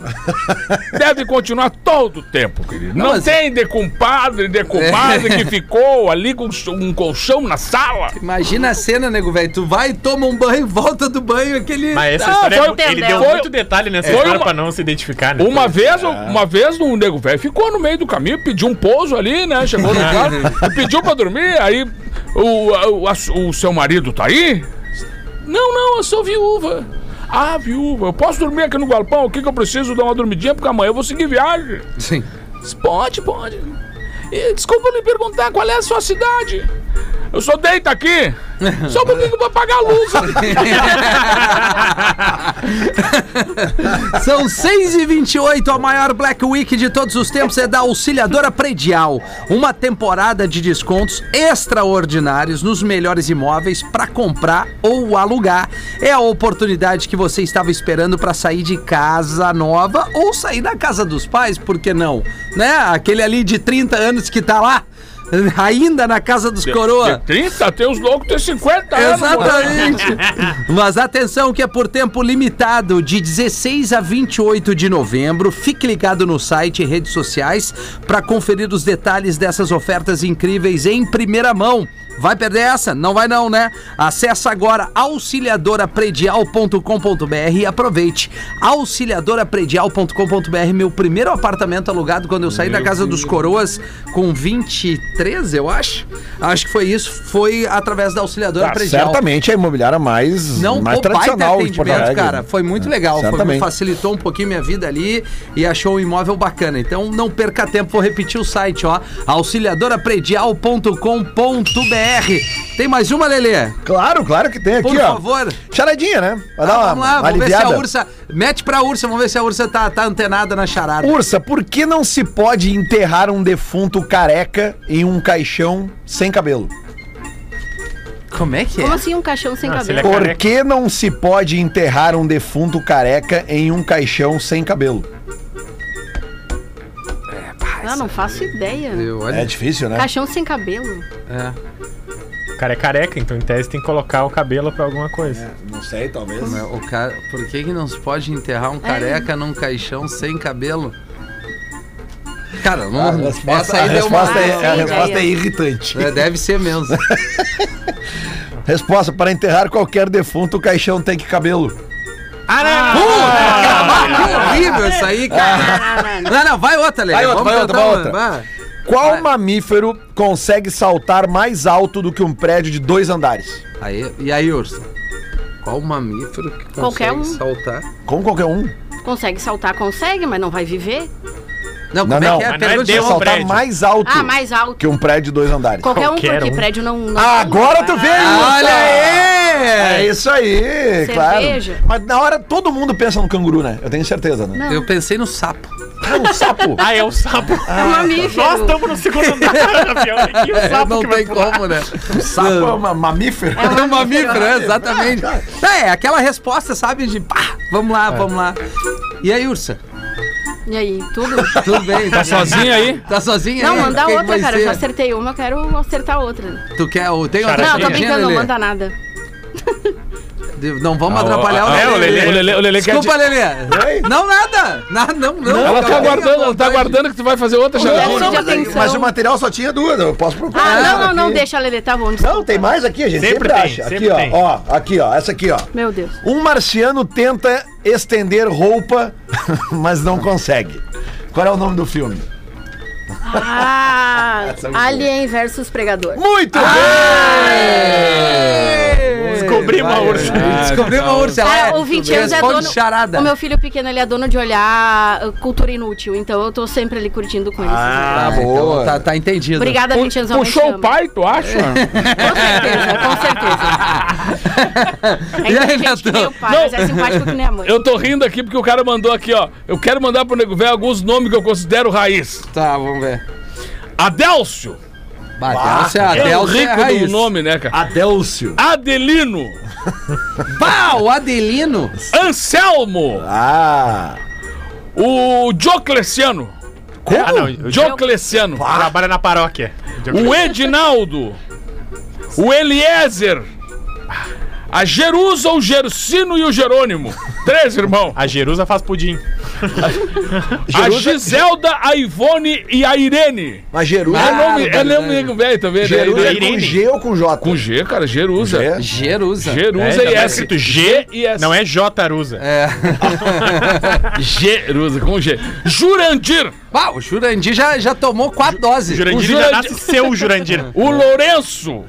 S5: deve continuar todo o tempo, querido. Não,
S3: Não, mas-
S5: tem de compadre, de compadre que ficou ali com um colchão na sala.
S3: Imagina a cena, nego, velho. Tu vai, toma um banho, volta do banho, aquele.
S6: Mas essa
S5: Ah,
S6: história
S5: foi-
S6: é, muito- ele
S7: entendeu.
S6: deu
S5: Foi-
S6: muito detalhe nessa
S5: Foi
S6: história
S5: uma-
S6: pra não se identificar, né?
S5: Uma vez, uma vez o nego velho ficou no meio do caminho, pediu um pouso ali, né? Chegou no lugar, e pediu pra dormir, aí o, o, a- o seu marido tá aí? Não, não, eu sou viúva. Ah, viúva, eu posso dormir aqui no galpão? O que, que eu preciso dar uma dormidinha? Porque amanhã eu vou seguir viagem.
S3: Sim.
S5: Pode, pode. E, desculpa me perguntar qual é a sua cidade. Eu sou deita aqui. Só um pouquinho pra pagar a luz.
S3: São 6h28, a maior Black Week de todos os tempos é da Auxiliadora Predial. Uma temporada de descontos extraordinários nos melhores imóveis para comprar ou alugar. É a oportunidade que você estava esperando para sair de casa nova ou sair da casa dos pais, por que não? Né? Aquele ali de 30 anos que tá lá, ainda na casa dos coroa.
S5: Tem 30, tem os loucos, tem 50 anos.
S3: Exatamente. Mas atenção que é por tempo limitado, de 16 a 28 de novembro. Fique ligado no site e redes sociais para conferir os detalhes dessas ofertas incríveis em primeira mão. Vai perder essa? Não vai não, né? Acesse agora auxiliadorapredial.com.br e aproveite. Auxiliadorapredial.com.br, meu primeiro apartamento alugado quando eu saí da casa dos coroas com 23, eu acho. Acho que foi isso. Foi através da auxiliadora predial.
S8: Certamente é a imobiliária mais,
S3: Não,
S8: mais
S3: o baita
S8: tradicional de Porto
S3: atendimento,
S8: Alegre.
S3: cara. Foi muito
S8: É,
S3: legal. Foi,
S8: certamente.
S3: facilitou um pouquinho minha vida ali e achou um imóvel bacana. Então não perca tempo, vou repetir o site, ó. auxiliadorapredial.com.br. Tem mais uma, Lelê?
S8: Claro, claro que tem aqui,
S3: Por
S8: ó.
S3: favor. Ah,
S8: Charadinha, né? Vai dar uma,
S3: vamos lá,
S8: uma
S3: vamos ver se
S8: aliviada.
S3: a ursa. Mete pra ursa, vamos ver se a ursa tá, tá antenada na charada.
S8: Ursa, por que não se pode enterrar um defunto careca em um caixão sem cabelo?
S3: Como é que é?
S7: Como assim um caixão sem
S6: Ah, se
S7: cabelo?
S6: ele é
S8: Por
S6: careca.
S8: que não se pode enterrar um defunto careca em um caixão sem cabelo?
S6: é
S7: Ah, não faço ideia.
S3: Eu, olha,
S8: É difícil, né?
S7: Caixão sem cabelo.
S3: é.
S6: O cara é careca, então em tese tem que colocar o cabelo pra alguma coisa.
S8: Não sei, talvez.
S3: Mas o cara, por que, que não se pode enterrar um careca num caixão sem cabelo? Cara, não,
S8: A
S3: essa
S8: resposta,
S3: aí
S8: a
S3: deu uma.
S8: resposta é, a
S7: Ah,
S8: resposta
S7: ideia.
S8: é irritante.
S3: É, Deve ser mesmo.
S8: Resposta: para enterrar qualquer defunto, o caixão tem que cabelo.
S3: Ah, que horrível isso aí, cara. Não, não, vai outra, Lele.
S8: Vai outra,
S3: Vamos
S8: vai outra,
S3: tentar
S8: vai
S3: uma- vai.
S8: Qual
S3: Vai.
S8: mamífero consegue saltar mais alto do que um prédio de dois andares?
S3: Aí, e aí, urso? Qual mamífero que consegue
S7: Qualquer um.
S3: saltar?
S8: Com qualquer um.
S7: Consegue saltar, consegue, mas não vai viver.
S3: Não,
S8: Não,
S3: como é
S8: não.
S3: que é?
S8: Mas
S6: não é
S3: Pergunta de
S6: Deus,
S3: novo.
S8: saltar
S6: prédio.
S8: mais alto
S7: Ah, mais alto.
S8: que um prédio de dois andares.
S7: Qualquer um,
S6: Qualquer
S7: porque
S6: um.
S7: prédio não. não
S8: Agora tu
S7: Ah,
S8: veio!
S3: Olha
S8: É
S3: aí!
S8: isso aí,
S7: Cerveja.
S8: claro. Mas na hora todo mundo pensa no canguru, né? Eu tenho certeza, né?
S7: Não,
S3: Eu pensei no sapo.
S8: Ah, um sapo.
S6: Ah, é o sapo.
S7: é um mamífero.
S6: Nós estamos no segundo andar, Rafael. E
S5: É,
S6: o sapo
S3: É, não
S6: que vai
S3: tem
S6: pular?
S3: como, né?
S8: sapo é uma mamífero.
S3: É um mamífero, é, exatamente. É, aquela resposta, sabe, de pá, vamos lá, vamos lá. E aí, Ursa?
S7: E aí, tudo?
S3: Tudo bem?
S5: Tá sozinho aí?
S3: Tá sozinha
S7: Não,
S3: aí?
S7: manda
S3: Quem que
S7: outra,
S3: vai
S7: cara. Eu
S3: ser?
S7: já acertei uma, eu quero acertar outra.
S3: Tu quer ou tem outra?
S6: Cara,
S7: Não, tô
S6: Imagina,
S7: brincando, não
S3: Lelê?
S7: manda nada.
S3: De- Não vamos
S5: Ah,
S3: atrapalhar
S5: ah, é,
S3: o
S5: o Lelê. O Lelê, o Lelê quer
S3: Desculpa,
S5: de-
S3: Lelê.
S8: Oi?
S3: Não, nada. Nada, não, não.
S5: Ela tá
S3: Fica
S5: aguardando,
S3: à
S5: ela tá
S3: vontade.
S5: aguardando que tu vai fazer outra
S7: Não,
S5: chacota.
S7: não, mas-
S8: mas,
S7: atenção. mas
S8: o
S7: o
S8: material só tinha duas, eu posso procurar.
S7: Ah, não, não, não, deixa a Lelê, tá bom.
S8: Não,
S7: desculpa.
S8: tem mais aqui, a gente
S6: Sempre
S8: sempre,
S6: tem,
S8: acha.
S6: sempre
S8: aqui, ó,
S6: tem.
S8: ó, aqui, ó, essa aqui, ó.
S7: Meu Deus.
S8: Um marciano tenta estender roupa, mas não consegue. Qual é o nome do filme?
S7: Ah, Alien versus Predador.
S8: Muito
S6: Descobri uma
S3: Vai,
S6: ursa.
S3: vai. Descobri uma ursa. ela
S7: Cara,
S3: é-
S7: o 20 anos é
S3: responde
S7: dono.
S3: charada.
S7: O meu filho pequeno, ele é dono de olhar uh, cultura inútil, então eu tô sempre ali curtindo com ele.
S8: Ah,
S3: Tá, então
S8: boa.
S3: tá, tá entendido.
S7: Obrigada, 20 anos. realmente
S5: Puxou
S7: ama.
S5: o pai, tu acha?
S3: É.
S7: Com certeza, com certeza.
S3: E aí,
S7: Ainda tem gente É que nem
S3: Netão?
S7: o pai, mas é simpático que nem a mãe.
S5: Eu tô rindo aqui porque o cara mandou aqui, ó. Eu quero mandar pro Nego Velho alguns nomes que eu considero raiz.
S3: Tá, vamos ver.
S5: Adélcio.
S3: Adelso é
S5: É o
S3: Adelso.
S5: rico do nome, né, cara?
S8: Adélcio.
S5: Adelino.
S3: Pau, Adelino.
S5: Anselmo.
S8: Ah.
S5: O Diocleciano.
S8: Como?
S6: Ah, não. O Joe
S5: Diocleciano.
S6: trabalha na paróquia.
S5: O Edinaldo. O Eliezer. A Jerusa, o Gersino e o Jerônimo. Três, irmão.
S6: A Jerusa faz pudim.
S5: A Giselda, a Ivone e a Irene.
S8: Mas Jerusa.
S5: é nome,
S3: barbaridade.
S5: é nome nego velho também, né?
S8: Jerusa Ah, é com
S6: Irene.
S8: G ou com J? É?
S5: Com G, cara, Jerusa.
S8: G.
S3: Jerusa.
S5: Jerusa
S6: É,
S5: e
S6: tá
S5: S.
S6: escrito G
S5: e S.
S6: Não é Jotarusa.
S3: É.
S5: Jerusa, com G. Jurandir,
S3: Pá, o Jurandir já, já tomou quatro doses.
S6: Jurandir,
S5: o Jurandir-
S6: já nasce seu Jurandir.
S5: o Lourenço,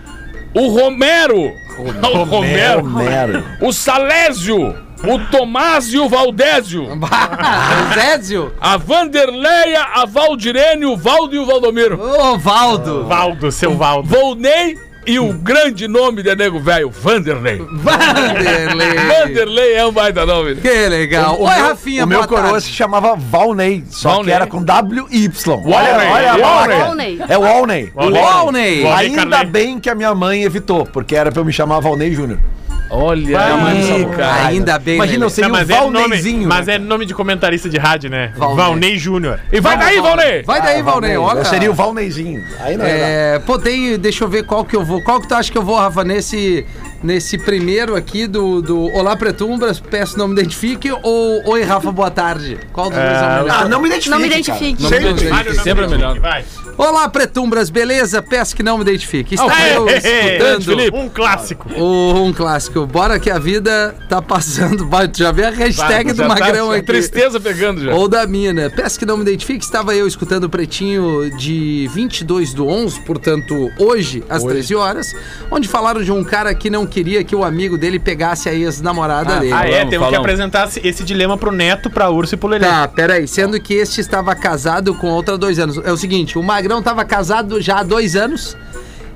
S5: o Romero, o
S8: É um
S5: Romero,
S8: Romero.
S5: o Salésio, o Tomás e o Valdésio,
S3: Bah, o Zézio.
S5: a Vanderleia, a Valdirene, o Valdo e o Valdomiro,
S3: Ô, Valdo.
S6: Valdo, seu Valdo.
S5: Volney e o grande nome de nego velho, Vanderlei.
S3: Vanderlei.
S5: Vanderlei é um baita nome. né?
S3: Que legal. Oi, Rafinha,
S8: O meu
S3: boa
S8: coroa
S3: tarde.
S8: se chamava Valney, só
S5: Valney.
S8: que era com W-Y.
S6: Walney,
S8: marca.
S7: Walney.
S8: É Walney.
S6: Walney.
S3: Walney.
S6: Walney
S8: Ainda
S6: Carney.
S8: bem que a minha mãe evitou, porque era pra eu me chamar Valney Júnior.
S5: Olha,
S3: Ih,
S5: aí, cara.
S3: Ainda bem,
S8: Imagina, eu
S3: Lelê.
S8: seria
S6: Não,
S8: o
S6: mas, é nome,
S8: Valneyzinho.
S6: mas é nome de comentarista de rádio, né?
S3: Valney.
S6: Valney, Júnior.
S5: E vai daí, Valney!
S3: Vai daí, Valney. Olha,
S8: Ah, Eu seria o Valneyzinho. Aí não era.
S3: É, pô, tem, deixa eu ver qual que eu vou. Qual que tu acha que eu vou, Rafa, nesse, nesse primeiro aqui do, do Olá Pretumbras, peço não me identifique, ou Oi, Rafa, boa tarde? Qual dos dois é o melhor?
S8: Ah, me
S7: Não me identifique.
S3: Não me identifique.
S5: Sempre, sempre é melhor.
S6: Vai.
S3: Olá, Pretumbras, beleza? Peço que não me identifique. Está
S5: Ah,
S3: eu
S5: é, é, é, grande
S3: escutando
S5: Felipe.
S6: Um clássico.
S3: o- um clássico. Bora que a vida tá passando. Vai, tu já vê a hashtag do
S5: Já tá
S3: Magrão
S5: a
S3: aqui.
S5: Tristeza pegando
S6: É.
S5: já.
S3: Ou da mina. Peço que não me identifique, estava eu escutando o Pretinho de 22 do 11, portanto, hoje, às 13 horas, onde falaram de um cara que não queria que o amigo dele pegasse a ex-namorada dele.
S6: Ah, é,
S5: Falamos,
S6: temos que
S5: falamos.
S6: apresentar esse- esse dilema pro Neto, pra Urso e pro Lelê.
S3: Tá, peraí. Sendo que este estava casado com outra há dois anos. É o seguinte, o Magrão estava casado já há dois anos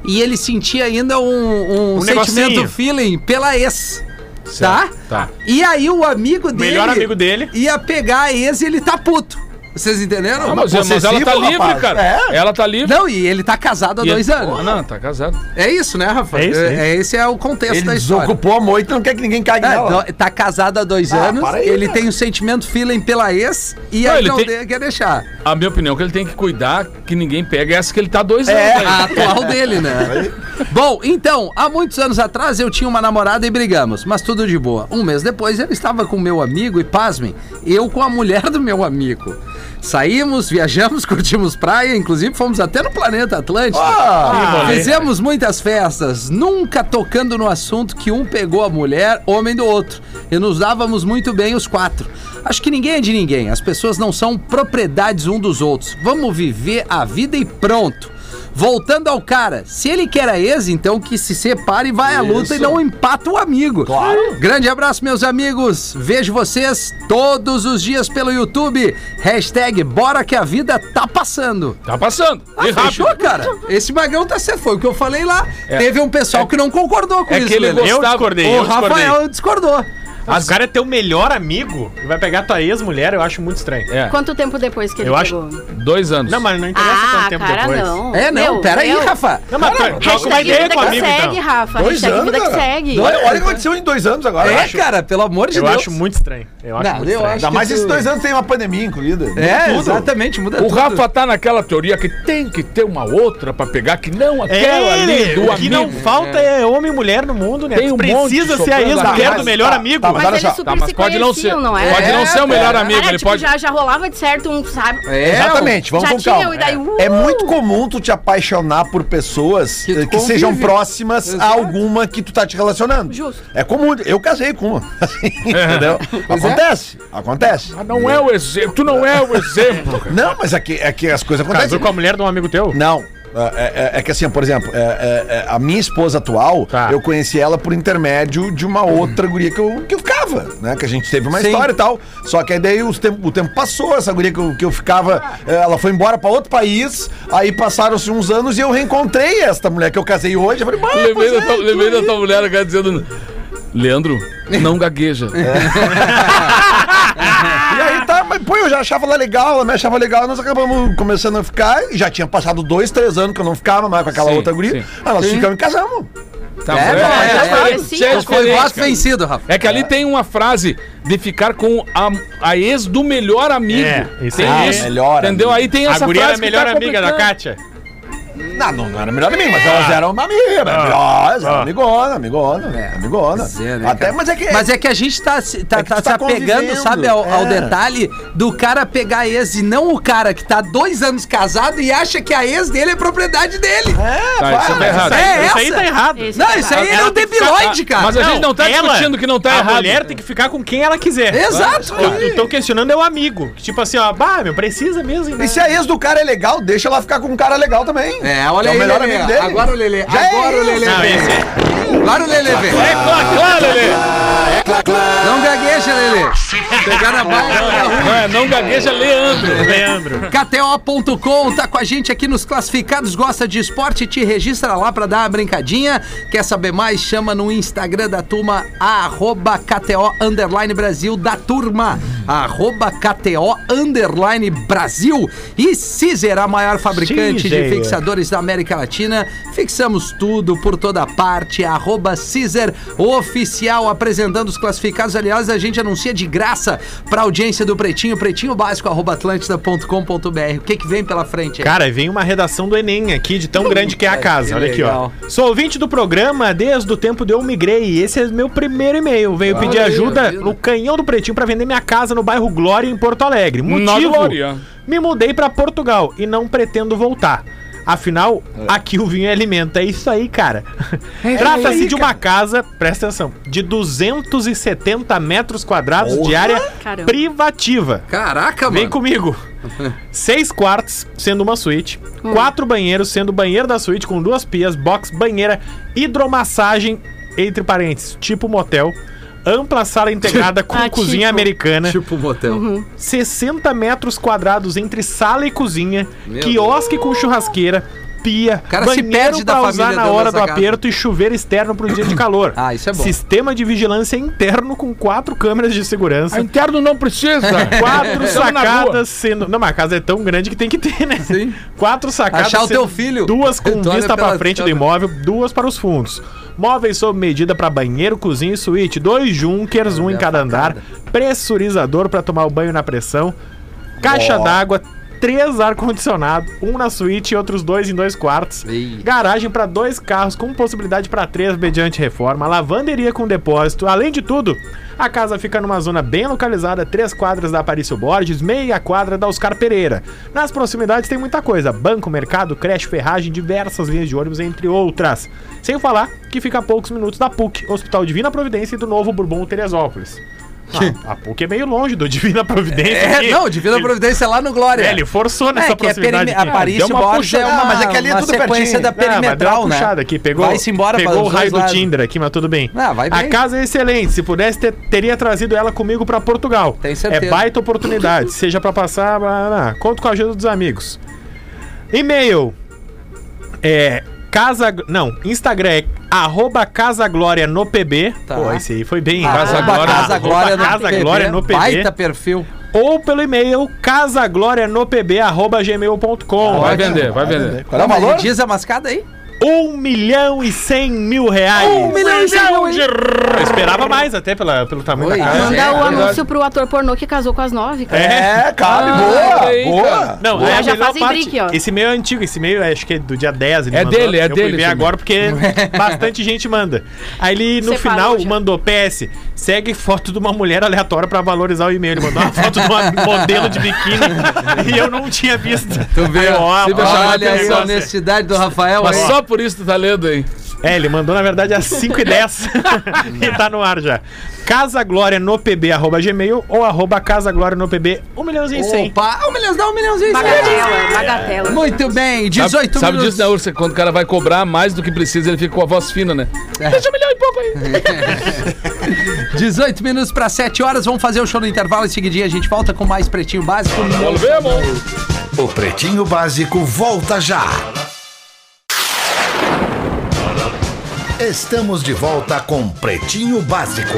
S3: e ele sentia ainda um, um
S6: Um
S3: sentimento,
S6: negocinho.
S3: feeling pela ex. Tá?
S5: Tá.
S3: E aí o amigo dele...
S6: melhor amigo dele.
S3: Ia pegar a ex e ele tá puto. Vocês entenderam?
S5: Ah, mas,
S8: possessivo,
S5: mas ela tá livre,
S8: rapaz.
S5: cara.
S8: É.
S5: Ela tá livre.
S3: Não, e ele tá casado há
S5: E
S3: dois
S5: ele-
S3: anos.
S5: Ah, não, tá casado.
S3: É isso, né, Rafa?
S6: É isso, é isso.
S3: esse é o contexto
S8: Ele
S3: da história.
S8: desocupou a moita e não quer que ninguém cague
S3: É,
S8: nela.
S3: do- tá casado há dois
S8: Ah,
S3: anos,
S8: para aí,
S3: ele
S8: né?
S3: tem um sentimento feeling pela ex e
S5: Não,
S3: aí
S5: ele
S3: não
S5: tem-
S3: de- quer deixar.
S5: A minha opinião é que ele tem que cuidar que ninguém pega essa que ele tá há dois anos. aí.
S3: a atual dele, né? Bom, então, há muitos anos atrás eu tinha uma namorada e brigamos, mas tudo de boa. Um mês depois eu estava com meu amigo e, pasmem, eu com a mulher do meu amigo. Saímos, viajamos, curtimos praia, inclusive fomos até no planeta Atlântico.
S5: que
S8: Ah,
S5: rolê.
S3: Fizemos muitas festas, nunca tocando no assunto que um pegou a mulher, homem do outro. E nos dávamos muito bem os quatro. Acho que ninguém é de ninguém, as pessoas não são propriedades um dos outros. Vamos viver a vida e pronto. Voltando ao cara, se ele quer a ex, então que se separe e vai à luta e não empata o amigo. Claro. Grande abraço, meus amigos. Vejo vocês todos os dias pelo YouTube. Hashtag bora que a vida tá passando.
S5: Tá passando.
S3: Ah,
S5: e rápido.
S3: fechou, cara. Esse magrão tá certo. Foi o que eu falei lá.
S5: É.
S3: Teve um pessoal que não concordou com
S5: É
S3: isso.
S5: que ele
S3: Lelê.
S5: gostava.
S6: discordei,
S5: Ô,
S3: O
S6: eu discordei.
S3: Rafael discordou.
S6: As cara é teu melhor amigo e vai pegar tua ex-mulher, eu acho muito estranho.
S5: É,
S7: Quanto tempo depois que ele
S6: Eu acho-
S7: pegou?
S5: dois anos.
S6: Não, mas não interessa
S7: Ah,
S6: quanto tempo
S7: cara,
S6: depois.
S7: não.
S3: É, não,
S7: Meu,
S3: peraí,
S7: meu.
S3: Rafa.
S6: Não, mas
S8: Cara,
S6: tro- troca uma
S7: Hashtag
S6: ideia
S7: vida
S6: com o
S7: que
S6: amigo,
S7: segue,
S6: então.
S7: Rafa.
S8: Dois
S7: Hashtag
S8: anos,
S7: vida que
S8: cara.
S7: segue.
S8: Olha, olha o que aconteceu em dois anos agora.
S3: é,
S8: eu acho.
S3: cara, pelo amor de
S6: Eu
S3: Deus.
S6: acho muito estranho. Eu acho
S3: Não,
S6: muito
S3: eu
S6: estranho.
S3: acho
S8: Ainda mais
S3: que
S8: esses
S3: tu-
S8: dois anos tem uma pandemia incluída.
S3: É,
S8: Tudo.
S3: exatamente, muda
S5: O
S3: tudo.
S5: Rafa tá naquela teoria que tem que ter uma outra pra pegar, que não aquela ali do
S6: É, o que
S5: amigo.
S6: não falta é homem e mulher no mundo, né?
S5: Tem
S6: Tu
S5: um
S6: precisa
S5: monte
S6: ser a
S5: sobrando
S6: ex-mulher
S5: atrás.
S6: do melhor
S8: Tá,
S6: amigo.
S8: tá,
S7: Mas
S8: Olha
S7: eles
S8: só.
S7: super
S5: Tá, mas
S7: se
S5: pode não ser.
S7: conheciam, não é?
S5: Pode não ser o melhor amigo,
S7: Cara,
S5: ele
S7: tipo,
S5: pode.
S7: já, já rolava de certo um, sabe?
S3: É,
S8: Exatamente, vamos
S7: já
S8: com
S7: tinha,
S8: calma.
S7: e daí, uh!
S8: É muito comum tu te apaixonar por pessoas
S3: Que
S8: eh,
S3: tu
S8: que, sejam
S3: convive.
S8: próximas a
S3: Exato.
S8: alguma que tu tá te relacionando.
S7: Justo.
S8: É comum. Eu casei com uma. Assim, Entendeu?
S3: é.
S8: Acontece. Acontece.
S5: Ah, não é o exemplo. Tu não é o exemplo. cara.
S8: Não, mas é que, é que as coisas acontecem.
S6: Casou com a mulher de um amigo teu?
S8: Não. É, é- é que assim, por exemplo, é- é- é a minha esposa atual,
S6: Tá.
S8: eu conheci ela por intermédio de uma outra guria que eu, que eu ficava, né? Que a gente teve uma
S3: Sim.
S8: história e tal. Só que aí daí os tempo- o tempo passou, essa guria que eu, que eu ficava, é, ela foi embora pra outro país, aí passaram-se uns anos e eu reencontrei esta mulher que eu casei hoje. Eu falei, "Bah,
S5: Lembrei
S8: pois
S5: da
S8: é,
S5: tua,
S8: tu
S5: lembrei da
S8: aí."
S5: tua mulher, o cara dizendo. Leandro, não gagueja.
S8: É. E aí tá, mas pô, eu já achava ela legal, ela me achava legal, nós acabamos começando a ficar, e já tinha passado dois, três anos que eu não ficava mais com aquela
S5: Sim,
S8: outra guria.
S5: sim.
S8: Aí nós ficamos e casamos.
S5: Tá
S3: É,
S5: bom.
S3: não, é,
S5: já
S3: é,
S5: falei,
S7: é,
S5: já
S7: sim.
S5: falei,
S7: Eu
S3: Foi
S5: cara.
S3: quase vencido, Rafa.
S5: É que ali tem uma frase de ficar com a, a ex do melhor amigo.
S6: É, isso
S5: tem
S6: aí.
S5: isso.
S8: Ah, melhor
S5: entendeu?
S8: amigo.
S5: Aí tem essa
S6: A guria
S5: frase
S6: era a
S5: que
S6: melhor
S5: tá
S6: amiga da
S5: complicando.
S6: Kátia?
S8: Não, não, não era melhor amigo, mas elas eram amigas, melhores, eram
S6: É. Ah.
S8: amigona, amigona, amigona.
S3: Pois é, né,
S8: Até,
S3: cara?
S8: mas é que...
S3: Mas é que a gente tá, se- tá,
S8: É que
S3: tá
S8: tu
S3: se
S8: tá
S3: apegando,
S8: convivendo,
S3: sabe, ao, ao
S8: é.
S3: detalhe do cara pegar a ex e não o cara que tá dois anos casado e acha que a ex dele é propriedade dele.
S8: É,
S5: Tá, isso
S8: vai,
S5: tá
S8: mas
S5: errado.
S3: É
S6: isso aí
S3: essa?
S6: tá errado.
S7: Esse
S3: Não,
S7: tá
S3: isso aí
S7: errado.
S3: ele é o debiloide, cara.
S5: Mas a gente não tá
S6: ela-
S5: discutindo que não tá
S6: a
S5: errado.
S6: mulher tem que ficar com quem ela quiser.
S3: Exato,
S6: O
S3: cara.
S6: que estão questionando é o amigo. que Tipo assim, ó, bah, meu, precisa mesmo. né?
S8: E se a ex do cara é legal, deixa ela ficar com um cara legal também.
S3: É, olha
S8: É o
S3: aí,
S8: melhor
S3: Lelê.
S8: amigo dele.
S3: Agora o Lelê.
S8: Já
S3: Agora
S8: é
S3: o Lelê.
S8: isso.
S6: Não,
S3: vem.
S6: esse é-
S3: Agora o Lelê vem.
S5: É claro, claro, Lelê.
S6: né?
S3: Não gagueja, Lelê. Pegar a bala.
S5: Não, é, não gagueja, Leandro.
S6: Leandro.
S3: KTO.com tá com a gente aqui nos classificados, gosta de esporte, te registra lá pra dar uma brincadinha. Quer saber mais? Chama no Instagram da turma, arroba KTO Underline Brasil da turma, arroba KTO Underline Brasil. E Cizer, a maior fabricante de
S6: Cizer.
S3: fixadores da América Latina, fixamos tudo por toda parte, arroba Cizer Oficial, apresentando os classificados. Aliás, a gente anuncia de graça pra audiência do Pretinho, pretinho básico, arroba atlântida.com.br. O que que vem pela frente aí?
S6: Cara, vem uma redação do Enem aqui, de tão grande que é a casa. Olha aqui, ó.
S3: legal.
S6: Sou ouvinte do programa desde o tempo de eu migrei. Esse é meu primeiro e-mail. Veio pedir
S3: aí,
S6: ajuda
S3: viu?
S6: no canhão do Pretinho pra vender minha casa no bairro Glória, em Porto Alegre.
S5: Na
S6: Motivo,
S5: Glória.
S6: me mudei pra Portugal e não pretendo voltar. Afinal, aqui o vinho alimenta. É isso aí, cara.
S3: É
S6: Trata-se de uma casa, presta atenção, de 270 metros quadrados de área
S7: Caramba.
S6: privativa.
S3: Caraca,
S6: Vem
S3: mano.
S6: comigo. Seis quartos, sendo uma suíte.
S7: Hum.
S6: Quatro banheiros, sendo banheiro da suíte com duas pias, box, banheira, hidromassagem, entre parênteses, tipo motel. Ampla sala integrada com
S7: Ah,
S6: cozinha
S7: tipo.
S6: americana.
S3: Tipo motel.
S8: Uhum.
S6: 60 metros quadrados entre sala e cozinha.
S3: Meu
S6: quiosque com churrasqueira. pia,
S3: cara se perde da
S6: pra
S3: família
S6: usar na
S3: dentro
S6: hora do
S3: dessa casa.
S6: aperto e chuveiro externo pro dia de calor.
S3: Ah, isso é bom.
S6: Sistema de vigilância interno com quatro câmeras de segurança.
S5: A interno não precisa.
S6: Quatro
S5: Estamos na rua.
S6: sacadas sendo. Não, mas a casa é tão grande que tem que ter, né?
S3: Sim.
S6: Quatro sacadas.
S3: Achar o
S6: sendo
S3: teu filho.
S6: Duas com
S3: Tu olha
S6: vista pra
S3: pelas
S6: frente do
S3: câmeras.
S6: imóvel, duas para os fundos. Móveis sob medida para banheiro, cozinha e suíte. Dois junkers, um em cada andar. Pressurizador para tomar o banho na pressão. Caixa d'água. Três ar-condicionado, um na suíte e outros dois em dois quartos.
S3: Ei.
S6: Garagem para dois carros com possibilidade para três mediante reforma, lavanderia com depósito. Além de tudo, a casa fica numa zona bem localizada, três quadras da Aparício Borges, meia quadra da Oscar Pereira. Nas proximidades tem muita coisa: banco, mercado, creche, ferragem, diversas linhas de ônibus, entre outras. Sem falar que fica a poucos minutos da PUC, Hospital Divina Providência e do Novo Bourbon Teresópolis. Ah, a PUC é meio longe do Divina Providência.
S3: É,
S6: aqui.
S3: não, Divina
S6: Ele-
S3: Providência é lá no Glória.
S6: É, ele forçou nessa
S3: É, que é
S6: proximidade.
S3: perime... a
S6: aqui.
S3: Paris
S6: Deu uma
S3: Borges é
S6: puxada.
S3: uma,
S8: Ah, mas é que ali é
S3: uma
S8: tudo
S3: sequência
S8: pertinho.
S3: da
S6: Ah, mas deu
S3: perimetral,
S6: uma puxada
S3: né?
S6: aqui, pegou,
S3: Vai-se embora
S6: pegou o
S3: os dois
S6: raio do
S3: lados.
S6: Tinder aqui, mas tudo bem.
S3: Ah, vai
S6: a
S3: bem.
S6: casa é excelente, se pudesse ter- teria trazido ela comigo pra Portugal.
S3: Tem certeza.
S6: É baita oportunidade, seja pra passar, blá, blá, blá. conto com a ajuda dos amigos. E-mail é casa, não, Instagram é arroba casa glória no pb.
S3: Tá.
S6: Pô, esse aí foi bem.
S5: Casa
S3: Arroba
S5: Glória-
S3: Casa Glória
S6: arroba Casa
S3: PB.
S6: Glória no PB.
S3: Baita perfil.
S6: Ou pelo e-mail casaglorianopb@gmail.com.
S8: Ah,
S5: Vai vender, vai vender.
S8: Qual é o
S3: Mas
S8: valor?
S3: ele Diz a mascada aí.
S6: Um milhão e cem mil reais.
S3: Um milhão e cem mil, hein?
S6: de reais. Eu esperava mais até pela, pelo tamanho
S3: Oi.
S6: da casa.
S3: Manda
S7: Mandar
S3: É,
S7: o
S3: verdade.
S7: anúncio pro ator pornô que casou com as nove, cara.
S8: É, cabe,
S5: Ah,
S8: boa,
S5: aí,
S8: boa.
S5: cara.
S6: Não,
S7: Boa.
S6: é a
S7: Já
S6: melhor
S7: fazem
S6: parte.
S7: brick, ó.
S6: Esse meio é antigo, esse meio é, acho que é do dia 10. ele
S5: É
S6: mandou.
S5: dele, é
S6: Eu fui
S5: dele
S6: ver
S5: também.
S6: agora porque bastante gente manda. Aí ele, no
S7: Separou
S6: final,
S7: já.
S6: mandou PS, segue foto de uma mulher aleatória pra valorizar o e-mail. Ele mandou uma foto de uma modelo de biquíni e eu não tinha visto.
S3: Tu vê,
S6: Aí eu, ó,
S5: sempre
S6: ó,
S5: chamar
S3: Olha
S5: a
S6: negócio.
S3: essa honestidade do Rafael
S5: Mas
S3: aí.
S5: só por isso tu tá lendo aí.
S6: É, ele mandou, na verdade, às 5 e 10 E tá no ar já. Casa Glória no PB, arroba gmail ou arroba Casa Glória no PB, 1 milhãozinho e 100.
S3: Opa, um milhão, dá um milhãozinho.
S7: Magatela, magatela.
S3: Muito bem, 18
S5: sabe,
S3: minutos.
S5: Sabe disso da Ursa? Quando o cara vai cobrar mais do que precisa, ele fica com a voz fina, né? Deixa um milhão e pouco aí. né?
S3: 18 minutos para 7 horas, vamos fazer o show no intervalo. Em seguidinha a gente volta com mais Pretinho Básico.
S5: Volvemos.
S1: O Pretinho Básico volta já. Estamos de volta com Pretinho Básico.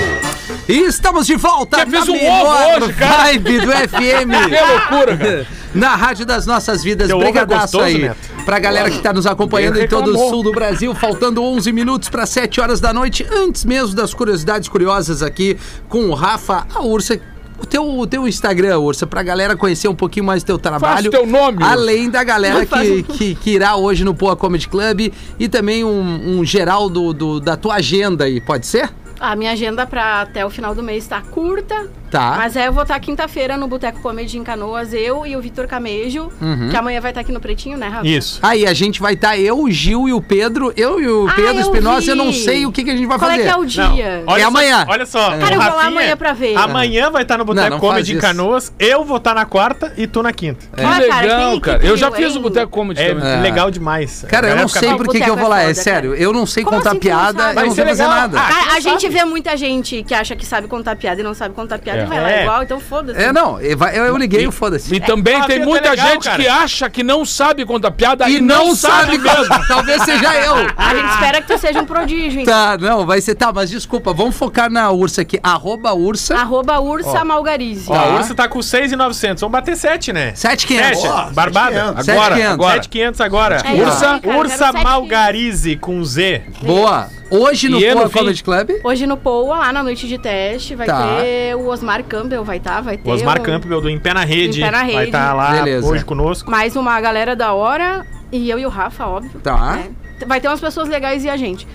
S3: E estamos de volta
S5: Já fiz um ovo hoje, cara.
S3: vibe do FM.
S5: Que loucura, cara.
S3: Na Rádio das Nossas Vidas.
S6: Teu ovo é
S3: Brigadaço
S6: gostoso,
S3: aí
S6: Neto?
S3: pra galera que tá nos acompanhando
S6: Ninguém
S3: em todo o
S6: reclamou.
S3: sul do Brasil. Faltando 11 minutos para 7 horas da noite. Antes mesmo das curiosidades curiosas aqui com o Rafa, a Ursa. O teu, o teu Instagram, Ursa, pra galera conhecer um pouquinho mais teu trabalho.
S5: teu nome, Ursa. um-
S3: Além da galera que, que, que irá hoje no Poa Comedy Club e também um, um geral do, do- da tua agenda aí, pode ser?
S7: A minha agenda pra até o final do mês tá curta.
S3: Tá.
S7: Mas aí eu vou estar quinta-feira no Boteco Comedy em Canoas, eu e o Vitor Camejo, que amanhã vai estar aqui no Pretinho, né, Rafa?
S6: Isso.
S3: Aí a gente vai estar eu, o Gil e o Pedro. Eu e o
S7: Ah,
S3: Pedro
S7: eu
S3: Espinosa,
S7: vi.
S3: eu não sei o que, que a gente vai
S7: Qual
S3: fazer.
S7: é que é o dia?
S3: É
S6: só-
S3: amanhã. É.
S6: olha só.
S7: Cara, eu
S6: o
S7: vou lá amanhã pra ver.
S6: Amanhã vai estar no
S3: Não,
S6: Boteco
S3: não faz
S6: Comedy em
S3: isso.
S6: Canoas. Eu vou estar na quarta e tu na quinta.
S5: Que
S7: Olha, cara,
S5: legal,
S7: quem-
S5: É cara.
S7: quem
S5: Eu já
S7: viu,
S5: fiz o
S7: hein?
S5: Boteco Comedy
S6: É,
S5: também.
S6: legal demais.
S3: Cara, eu
S6: Galera
S3: não
S6: fica
S3: sei
S6: bem-
S3: por que que eu vou lá. É sério, eu não sei
S7: Como
S3: contar
S7: assim que não
S3: piada,
S7: sabe?
S3: eu
S7: Vai
S3: não
S6: ser
S3: sei fazer
S6: legal.
S3: nada.
S6: Ah,
S7: Cara, a
S6: tu
S7: gente
S6: sabe.
S7: vê muita gente que acha que sabe contar piada e não sabe contar piada
S5: É.
S7: e vai lá
S6: É.
S7: igual, então foda-se.
S3: É, não, eu vai- eu eu liguei, o
S5: E
S3: foda-se.
S5: também
S6: Ah,
S5: tem
S6: tá
S5: muita
S6: legal,
S5: gente
S6: cara.
S5: que acha que não sabe contar piada
S3: E não sabe mesmo. Talvez seja eu.
S7: A gente espera que tu seja um prodígio, então.
S3: Tá, não, vai ser. Tá, mas desculpa, vamos focar na ursa aqui. Arroba ursa.
S7: Arroba Ursa Malgarize.
S6: Ó,
S3: Tá.
S6: o Urso tá com 6,900. Vamos bater 7, né?
S3: 7500.
S6: 7, barbada.
S8: 7.500.
S6: Agora,
S3: 7.500.
S6: agora. 7,500 agora.
S7: É isso
S6: Ursa,
S7: aí, cara,
S6: Ursa
S7: quero 7.500.
S6: Malgarize com Z.
S3: Boa. Hoje no
S5: E é no
S3: Poa
S5: fim.
S3: Comedy Club.
S7: Hoje no POA, lá na noite de teste, vai
S3: Tá.
S7: ter o Osmar Campbell, vai estar, vai ter
S6: O Osmar
S7: o-
S6: Campbell do Em Pé na Rede,
S7: Em Pé na
S6: vai
S7: Rede.
S6: estar lá
S3: Beleza.
S6: hoje conosco.
S7: mais uma galera da hora e eu e o Rafa, óbvio.
S3: Tá.
S7: né? Vai ter umas pessoas legais e a gente.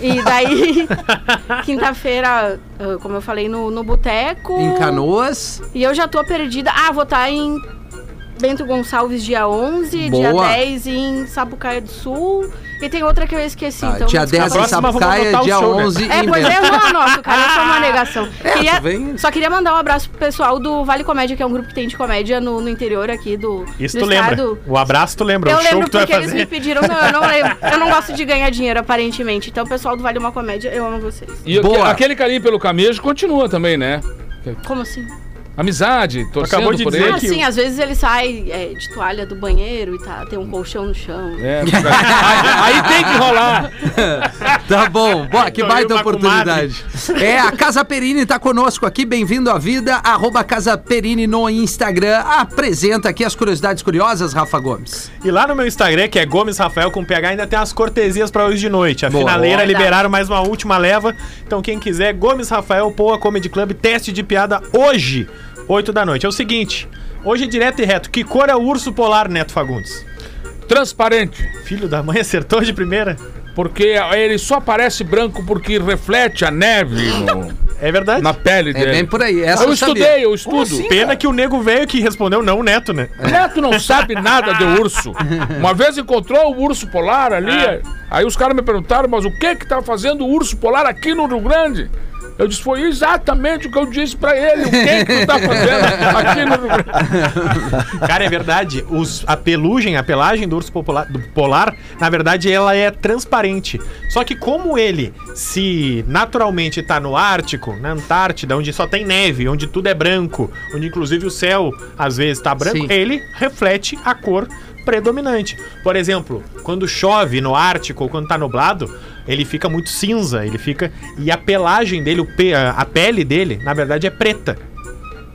S7: E daí, quinta-feira, ah, como eu falei, no, no Boteco.
S3: Em Canoas.
S7: E eu já tô perdida. Ah, vou estar em Bento Gonçalves dia 11,
S3: Boa.
S7: dia 10 em Sapucaia do Sul. E tem outra que eu esqueci.
S3: Tá,
S7: então,
S3: dia
S7: me desculpa.
S3: 10 em
S6: próxima vamos
S3: Sapucaia,
S6: anotar o
S3: dia
S6: show, né?
S3: 11
S7: É,
S3: em
S7: pois
S3: Bento.
S7: é, eu não anoto, cara. Eu sou uma negação.
S3: É,
S7: Queria-
S3: tu vem-
S7: Só queria mandar um abraço pro pessoal do Vale Comédia, que é um grupo que tem de comédia no, no interior aqui do,
S6: Isso
S7: do
S6: tu lembra.
S7: estado.
S6: O abraço tu lembra.
S7: Eu
S6: o show
S7: lembro
S6: que tu vai
S7: porque eles me
S6: fazer.
S7: pediram, não, eu não lembro. Eu não gosto de ganhar dinheiro, aparentemente. Então, pessoal do Vale Uma Comédia, eu amo vocês.
S5: E
S3: Boa.
S5: aquele carinho pelo camejo continua também, né?
S7: Como assim?
S5: Amizade, torcendo
S6: Acabou de
S5: por
S6: dizer
S5: ele.
S7: Ah, sim, às vezes ele sai é, de toalha do banheiro e tá, tem um colchão no chão.
S5: É, aí, aí tem que rolar.
S3: Tá bom, boa, que
S6: Tô
S3: baita
S6: eu, uma
S3: oportunidade. É, a Casa Perini tá conosco aqui, bem-vindo à vida, arroba Casa Perini no Instagram. Apresenta aqui as curiosidades curiosas, Rafa Gomes.
S6: E lá no meu Instagram, que é Gomes Rafael com PH, ainda tem as cortesias pra hoje de noite. A
S3: Boa.
S6: finaleira
S7: Verdade.
S6: liberaram mais uma última leva. Então quem quiser, Gomes Rafael Poa Comedy Club, teste de piada hoje, 8 da noite. É o seguinte, hoje é direto e reto. Que cor é o urso polar, Neto Fagundes?
S5: Transparente.
S6: Filho da mãe acertou de primeira?
S5: Porque ele só parece branco porque reflete a neve no-
S6: É verdade?
S5: na pele
S3: É
S5: dele.
S3: bem por aí. Essa
S5: eu
S3: sabia.
S5: estudei, eu estudo.
S3: assim,
S6: Pena que o nego velho que respondeu não, o Neto, né?
S3: É
S5: O É. Neto não sabe nada de urso. Uma vez encontrou o urso polar ali, aí os caras me perguntaram, mas o que que tá fazendo o urso polar aqui no Rio Grande? Eu disse, foi exatamente o que eu disse pra ele, o que que tu tá fazendo aqui no Rio Grande?
S6: Cara, é verdade. Os- a pelugem, a pelagem do urso popular- do polar, na verdade, ela é transparente. Só que como ele se naturalmente tá no Ártico, na Antártida, onde só tem neve, onde tudo é branco, onde inclusive o céu às vezes tá branco,
S3: Sim.
S6: ele reflete a cor predominante. Por exemplo, quando chove no Ártico ou quando tá nublado, ele fica muito cinza, ele fica e a pelagem dele, o pe- a a pele dele, na verdade é preta.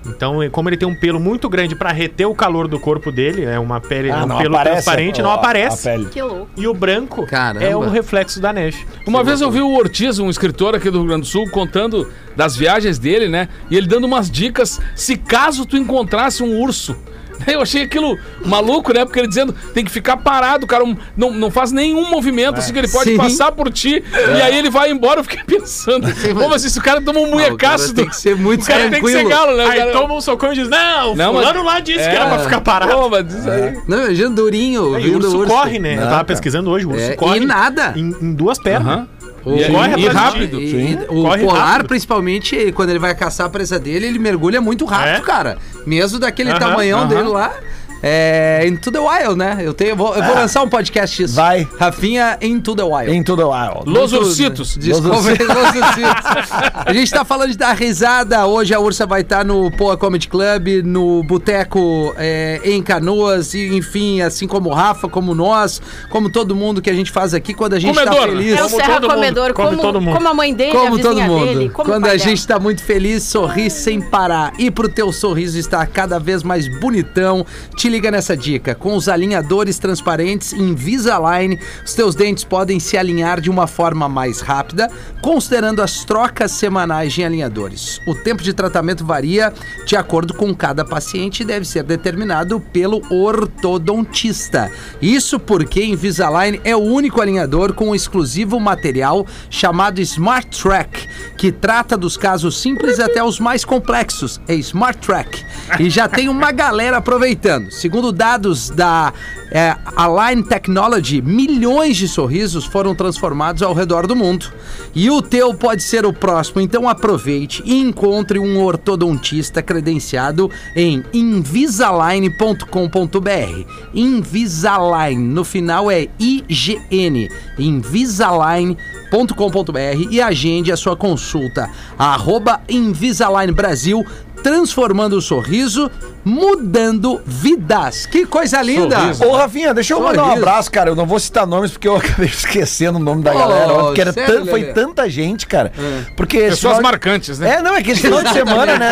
S6: Então, e como ele tem um pelo muito grande pra reter o calor do corpo dele, é uma pele,
S8: Ah,
S6: é um pelo transparente, não aparece.
S7: Que louco.
S6: E o branco
S3: Caramba.
S6: é o reflexo da neve.
S5: Uma vez eu vi o Ortiz, um escritor aqui do Rio Grande do Sul, contando das viagens dele, né? E ele dando umas dicas se caso tu encontrasse um urso. Eu achei aquilo maluco, né? Porque ele dizendo tem que ficar parado, o cara um- não, não faz nenhum movimento, assim que ele pode
S3: Sim. É.
S5: passar por ti e aí ele vai embora. Eu fiquei pensando, como assim? Se o cara toma um
S3: Ah, o cara
S5: munhecaço do.
S3: tem que ser muito
S5: o cara tem que ser
S3: tranquilo.
S5: galo, né? O
S6: Aí
S5: cara-
S6: toma um socão e diz: Não,
S5: Não, mas-
S6: fulano lá disse
S5: É.
S6: que era pra ficar parado.
S5: Pô, mas isso aí.
S3: Não, imagina durinho,
S6: E
S3: vindo
S6: o urso
S3: urso.
S6: corre, né? eu tava
S8: cara.
S6: pesquisando hoje, o urso
S3: É,
S6: corre.
S3: e nada.
S6: Em, em duas pernas.
S5: Aham.
S3: O-
S5: E, aí-
S6: corre
S5: e
S6: atrás de ti.
S5: rápido.
S3: E-
S8: Sim.
S3: o
S6: Corre
S3: polar,
S6: rápido.
S3: principalmente, ele- quando ele vai caçar a presa dele, ele mergulha muito rápido,
S6: É?
S3: cara. Mesmo daquele
S6: Aham,
S3: tamanhão
S6: aham.
S3: dele lá. É, em To The Wild, né? Eu, tenho, eu vou, eu vou lançar um podcast disso.
S8: Vai.
S3: Rafinha em To The Wild.
S8: Em tudo lá.
S5: Los Ursitos.
S3: Desculpa, Los Ursitos. A gente tá falando de dar risada. Hoje a Ursa vai estar no Poa Comedy Club, no Boteco é, em Canoas, e, enfim, assim como o Rafa, como nós, como todo mundo que a gente faz aqui, quando a gente tá
S5: Comedor.
S3: feliz.
S7: É o
S6: Como
S7: Serra
S6: todo mundo,
S7: Comedor,
S6: come
S7: como,
S6: todo mundo.
S7: como a mãe dele, a
S3: Como
S7: vizinha
S3: todo mundo.
S7: dele, como o
S3: Quando
S7: pai
S3: a
S7: dela.
S3: gente tá muito feliz, sorri sem parar. E pro teu sorriso estar cada vez mais bonitão, te liga nessa dica. Com os alinhadores transparentes Invisalign, os teus dentes podem se alinhar de uma forma mais rápida, considerando as trocas semanais de alinhadores. O tempo de tratamento varia de acordo com cada paciente e deve ser determinado pelo ortodontista. Isso porque Invisalign é o único alinhador com o exclusivo material chamado Smart Track, que trata dos casos simples até os mais complexos. É Smart Track. E já tem uma galera aproveitando. Segundo dados da é, Align Technology, milhões de sorrisos foram transformados ao redor do mundo. E o teu pode ser o próximo, então aproveite e encontre um ortodontista credenciado em invisalign.com.br. Invisalign, no final é IGN. Invisalign.com.br e agende a sua consulta. Arroba Invisalign Brasil, transformando o sorriso, mudando vidas. Que coisa linda!
S8: Ô, Rafinha, deixa eu mandar um
S3: Sorriso.
S8: abraço, cara. Eu não vou citar nomes porque eu acabei esquecendo o nome da
S3: Ô,
S8: galera. ó, Porque era
S3: sério,
S8: tan- foi
S3: Lelê?
S8: tanta gente, cara. Porque esse
S5: Pessoas
S8: final-
S5: marcantes, né?
S8: É, não, é que esse final de semana, né?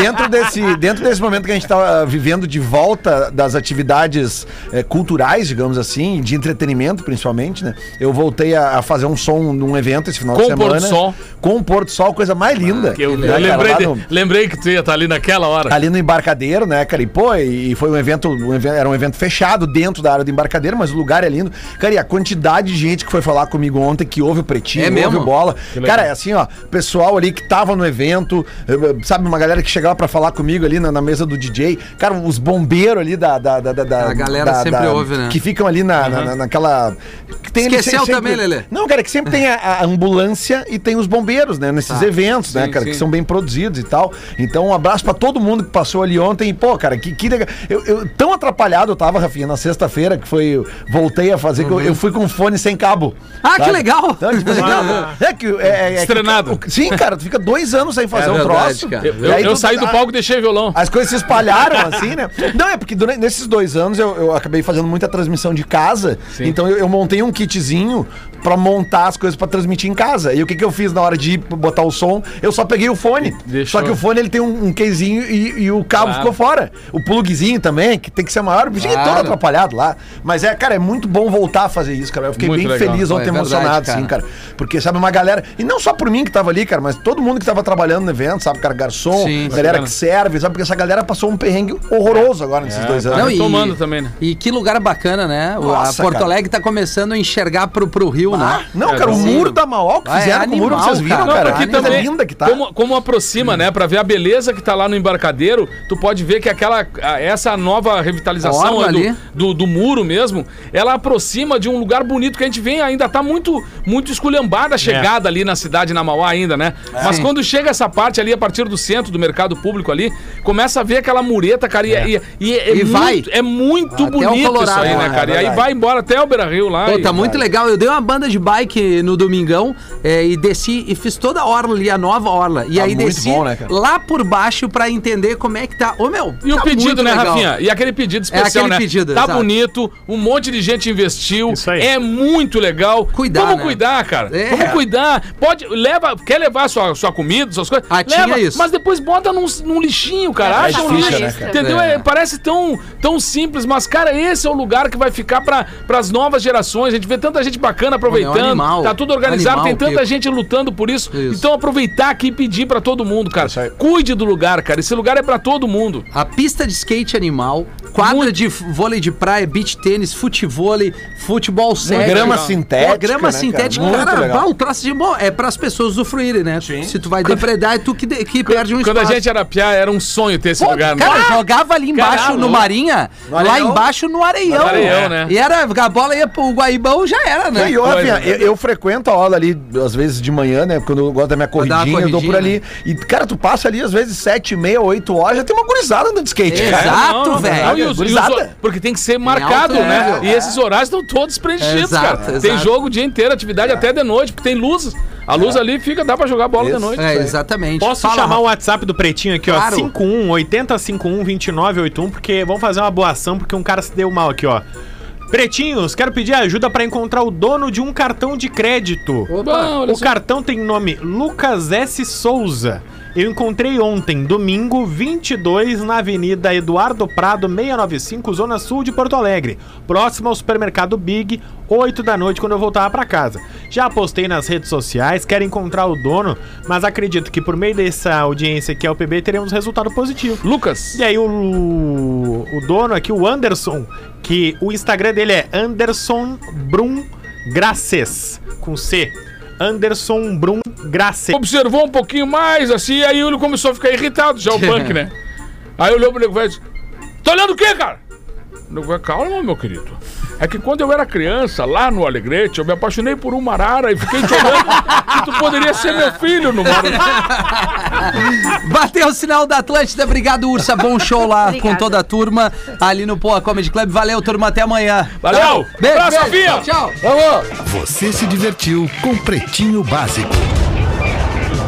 S8: dentro, desse, dentro desse momento que a gente tá ah, vivendo de volta das atividades eh, culturais, digamos assim, de entretenimento principalmente, né? Eu voltei a, a fazer um som num evento esse final
S5: Com
S8: de
S5: o pôr do
S8: semana.
S5: sol.
S8: Com o pôr do sol, coisa mais linda.
S5: Ah, Eu, eu
S8: Né,
S3: é
S8: cara,
S5: lembrei,
S8: lá
S5: de-
S8: no-
S5: lembrei que tu ia estar ali naquela hora.
S8: ali no embarcadero, né, cara? E pô, e foi um evento, um evento- era um evento fechado dentro da área do embarcadero, mas o lugar é lindo. Cara, e a quantidade de gente que foi falar comigo ontem que houve o pretinho,
S3: É
S8: ouve
S3: mesmo?
S8: o bola. Cara, é assim, ó, pessoal ali que tava no evento, eh, eh, sabe, uma galera que chegava pra falar comigo ali na, na mesa do DJ. Cara, os bombeiros ali da. da, da, da- da-
S3: A galera
S8: da-
S3: sempre
S8: da-
S3: ouve, né?
S8: Que ficam ali na, na- na- naquela. Que tem ali
S3: Esqueceu
S8: se-
S3: também, Lelê?
S8: Não, cara, que sempre tem a, a ambulância e tem os bombeiros, né? Nesses
S3: Tá.
S8: eventos, né,
S5: Sim,
S8: cara,
S5: sim.
S8: que são bem produzidos e tal. Então, Então, um abraço pra todo mundo que passou ali ontem. E, pô, cara, que, que legal. Eu, eu- tão atrapalhado eu tava, Rafinha, na sexta-feira, que foi. eu Voltei a fazer, que eu, eu fui com um fone sem cabo.
S3: Ah, que legal!
S8: Então, tipo assim, não, é que. É, é, é
S5: Ah. Estrenado.
S8: Que, sim, cara, tu fica dois anos sem fazer
S3: É
S8: um
S3: verdade,
S8: troço.
S3: cara.
S5: Eu,
S8: E aí
S5: eu
S8: tu-
S3: tá-
S8: tá-
S5: saí do palco e deixei o violão.
S8: as coisas se espalharam assim, né? Não, é porque durante, nesses dois anos eu, eu acabei fazendo muita transmissão de casa, então eu, eu montei um kitzinho pra montar as coisas pra transmitir em casa. E o que, que eu fiz na hora de ir botar o som? Eu só peguei o fone.
S5: Deixou.
S8: Só que o fone ele tem um, um casezinho e, e o cabo
S5: Claro.
S8: ficou fora. O plugzinho também, que tem que ser maior, o bichinho é todo
S3: Claro.
S8: atrapalhado lá. Mas é, cara, é muito bom voltar a fazer isso, cara. Eu fiquei
S5: Muito
S8: bem
S5: legal.
S8: feliz
S3: Pô, é
S8: ontem,
S3: verdade,
S8: emocionado,
S3: cara.
S8: sim, cara. Porque, sabe, uma galera. E não só por mim que tava ali, cara, mas todo mundo que tava trabalhando no evento, sabe, cara, garçom,
S3: Sim.
S8: galera
S5: Bacana.
S8: que serve, sabe? Porque essa galera passou um perrengue horroroso agora nesses
S3: É, tá.
S8: dois anos.
S5: Não, retomando também, né?
S3: E que lugar bacana, né? O-
S8: Nossa,
S3: a Porto
S8: cara.
S3: Alegre tá começando a enxergar pro, pro Rio,
S8: Ah,
S3: né?
S8: não, cara, o
S3: Sim.
S8: muro da Mauá, o que
S3: Ah, é
S8: fizeram com o muro,
S3: animal,
S8: vocês viram,
S3: cara. é
S5: Não,
S8: cara. cara
S3: Caralho,
S5: porque
S8: que coisa
S5: também,
S8: linda que tá.
S5: como, como aproxima, né? Pra ver a beleza que tá lá no embarcadero, tu pode ver que aquela, a- essa nova
S3: A
S5: revitalização
S3: orla
S5: é, do,
S3: ali.
S5: do, do muro mesmo, ela aproxima de um lugar bonito que a gente vem ainda tá muito, muito esculhambada a chegada ali na cidade, na Mauá ainda, né? Mas
S3: É. Sim.
S5: quando chega essa parte ali, a partir do centro do mercado público ali, começa a ver aquela mureta, cara, e, e, e, é
S3: E
S5: muito,
S3: vai.
S5: É muito
S3: Até o
S5: bonito isso aí,
S3: Colorado,
S5: né,
S3: né?
S5: cara? e aí
S8: Verdade.
S5: vai embora até o Beira-Rio lá.
S3: Pô,
S5: e-
S3: tá muito legal. Eu dei uma banda de bike no domingão é, e desci e fiz toda a orla ali, a nova orla. E
S8: Tá
S3: aí
S8: muito
S3: desci
S8: bom, né, cara?
S3: lá por baixo pra entender como é que tá. Ô, meu.
S5: E o
S3: tá
S5: pedido,
S3: muito
S5: né,
S3: legal. É
S5: Rafinha? E aquele pedido especial,
S3: aquele
S5: né?
S3: pedido,
S5: tá
S3: exato.
S5: bonito, um monte de gente investiu.
S6: Isso aí.
S5: É muito legal.
S3: Cuidar,
S5: Vamos
S3: né?
S5: cuidar, cara.
S3: É.
S5: Vamos cuidar. Pode, leva, quer levar sua, sua comida, suas coisas?
S3: Ah, tinha
S5: leva,
S3: isso.
S5: Mas depois bota num, num lixinho, cara.
S7: É
S5: Acha um
S7: difícil,
S5: lixo.
S7: né, cara?
S5: Entendeu?
S3: É.
S5: É, parece tão, tão simples, mas, cara, esse é o lugar que vai ficar pra, pras novas gerações. A gente vê tanta gente bacana aproveitando.
S3: é um animal.
S5: Tá tudo organizado,
S3: Animal,
S5: tem tanta
S3: Pico.
S5: gente lutando por isso.
S3: Isso.
S5: Então aproveitar aqui e pedir pra todo mundo, cara.
S8: Isso aí.
S5: Cuide do lugar, cara. Esse lugar é pra todo mundo.
S3: A pista de skate animal, quadra de f- vôlei de praia, beach tênis, futevôlei, futebol sério.
S8: grama sintética,
S3: Pô, grama
S8: né, cara?
S3: sintética,
S8: Muito
S3: cara,
S8: legal.
S3: vai um troço de bom. É pras pessoas usufruírem, né? Se tu vai depredar, é tu que, de- que perde um
S5: Quando
S3: espaço.
S5: a gente era piá, era um sonho ter esse
S3: Pô,
S5: lugar,
S3: cara,
S5: né?
S3: jogava ali embaixo
S5: Caralho.
S3: no Marinha, lá
S8: Areião?
S3: embaixo no Areião. É.
S5: No Areião, né?
S3: E era, a bola ia pro Guaibão, já era, né?
S8: E, ó,
S5: Coisa,
S8: Rafinha,
S5: né?
S8: eu, eu frequento a aula ali, às vezes de manhã, né? Quando eu gosto da minha
S3: Pra dar
S8: corridinha,
S3: uma
S8: eu dou por
S3: corridinha, né?
S8: ali. E, cara, tu passa ali, às vezes, sete e meia, oito horas, já tem uma gurizada andando de skate, cara.
S3: Exato.
S5: é? Não, não,
S3: velho.
S5: não, e os- e os
S8: Gurizada.
S5: hor- Porque tem que ser marcado,
S3: alto
S5: né?
S3: nível.
S5: E esses horários estão todos preenchidos,
S3: Exato,
S5: cara.
S3: exato. É.
S5: Tem jogo o dia inteiro, atividade até de noite, porque tem luz. A luz ali fica, dá pra jogar bola de
S8: Isso.
S5: noite.
S3: É, exatamente.
S6: Posso
S3: Fala,
S6: chamar
S3: Rafa.
S6: o WhatsApp do Pretinho aqui,
S3: Claro.
S6: ó. 51 8051 2981, porque vamos fazer uma boa ação, porque um cara se deu mal aqui, ó. Pretinhos, quero pedir ajuda pra encontrar o dono de um cartão de crédito.
S5: Bom, olha
S6: O
S5: só.
S6: cartão tem nome Lucas S. Souza. Eu encontrei ontem, domingo 22, na Avenida Eduardo Prado, 695, Zona Sul de Porto Alegre, próximo ao supermercado Big, 8 da noite, quando eu voltava pra casa. Já postei nas redes sociais, quero encontrar o dono, mas acredito que por meio dessa audiência aqui ao PB teremos resultado positivo.
S5: Lucas.
S6: E aí o, o dono aqui, o Anderson, que o Instagram dele é Anderson Brum Graces, com C. Anderson Brum Graces.
S5: Observou um pouquinho mais, assim, aí ele começou a ficar irritado, já o punk, né? Aí olhou pro nego velho e disse: Tá olhando o quê, cara? O nego velho, calma, meu querido. É que quando eu era criança, lá no Alegrete, eu me apaixonei por uma arara e fiquei te olhando que tu poderia ser meu filho no mar.
S3: Bateu o sinal da Atlântida. Obrigado, Ursa. Bom show lá
S7: Obrigada.
S3: com toda a turma ali no Poa Comedy Club. Valeu, turma. Até amanhã.
S5: Valeu.
S3: Tchau. Beijo,
S5: Abraço,
S3: beijo.
S5: Rafinha.
S3: Tchau.
S1: Você se divertiu com Pretinho Básico.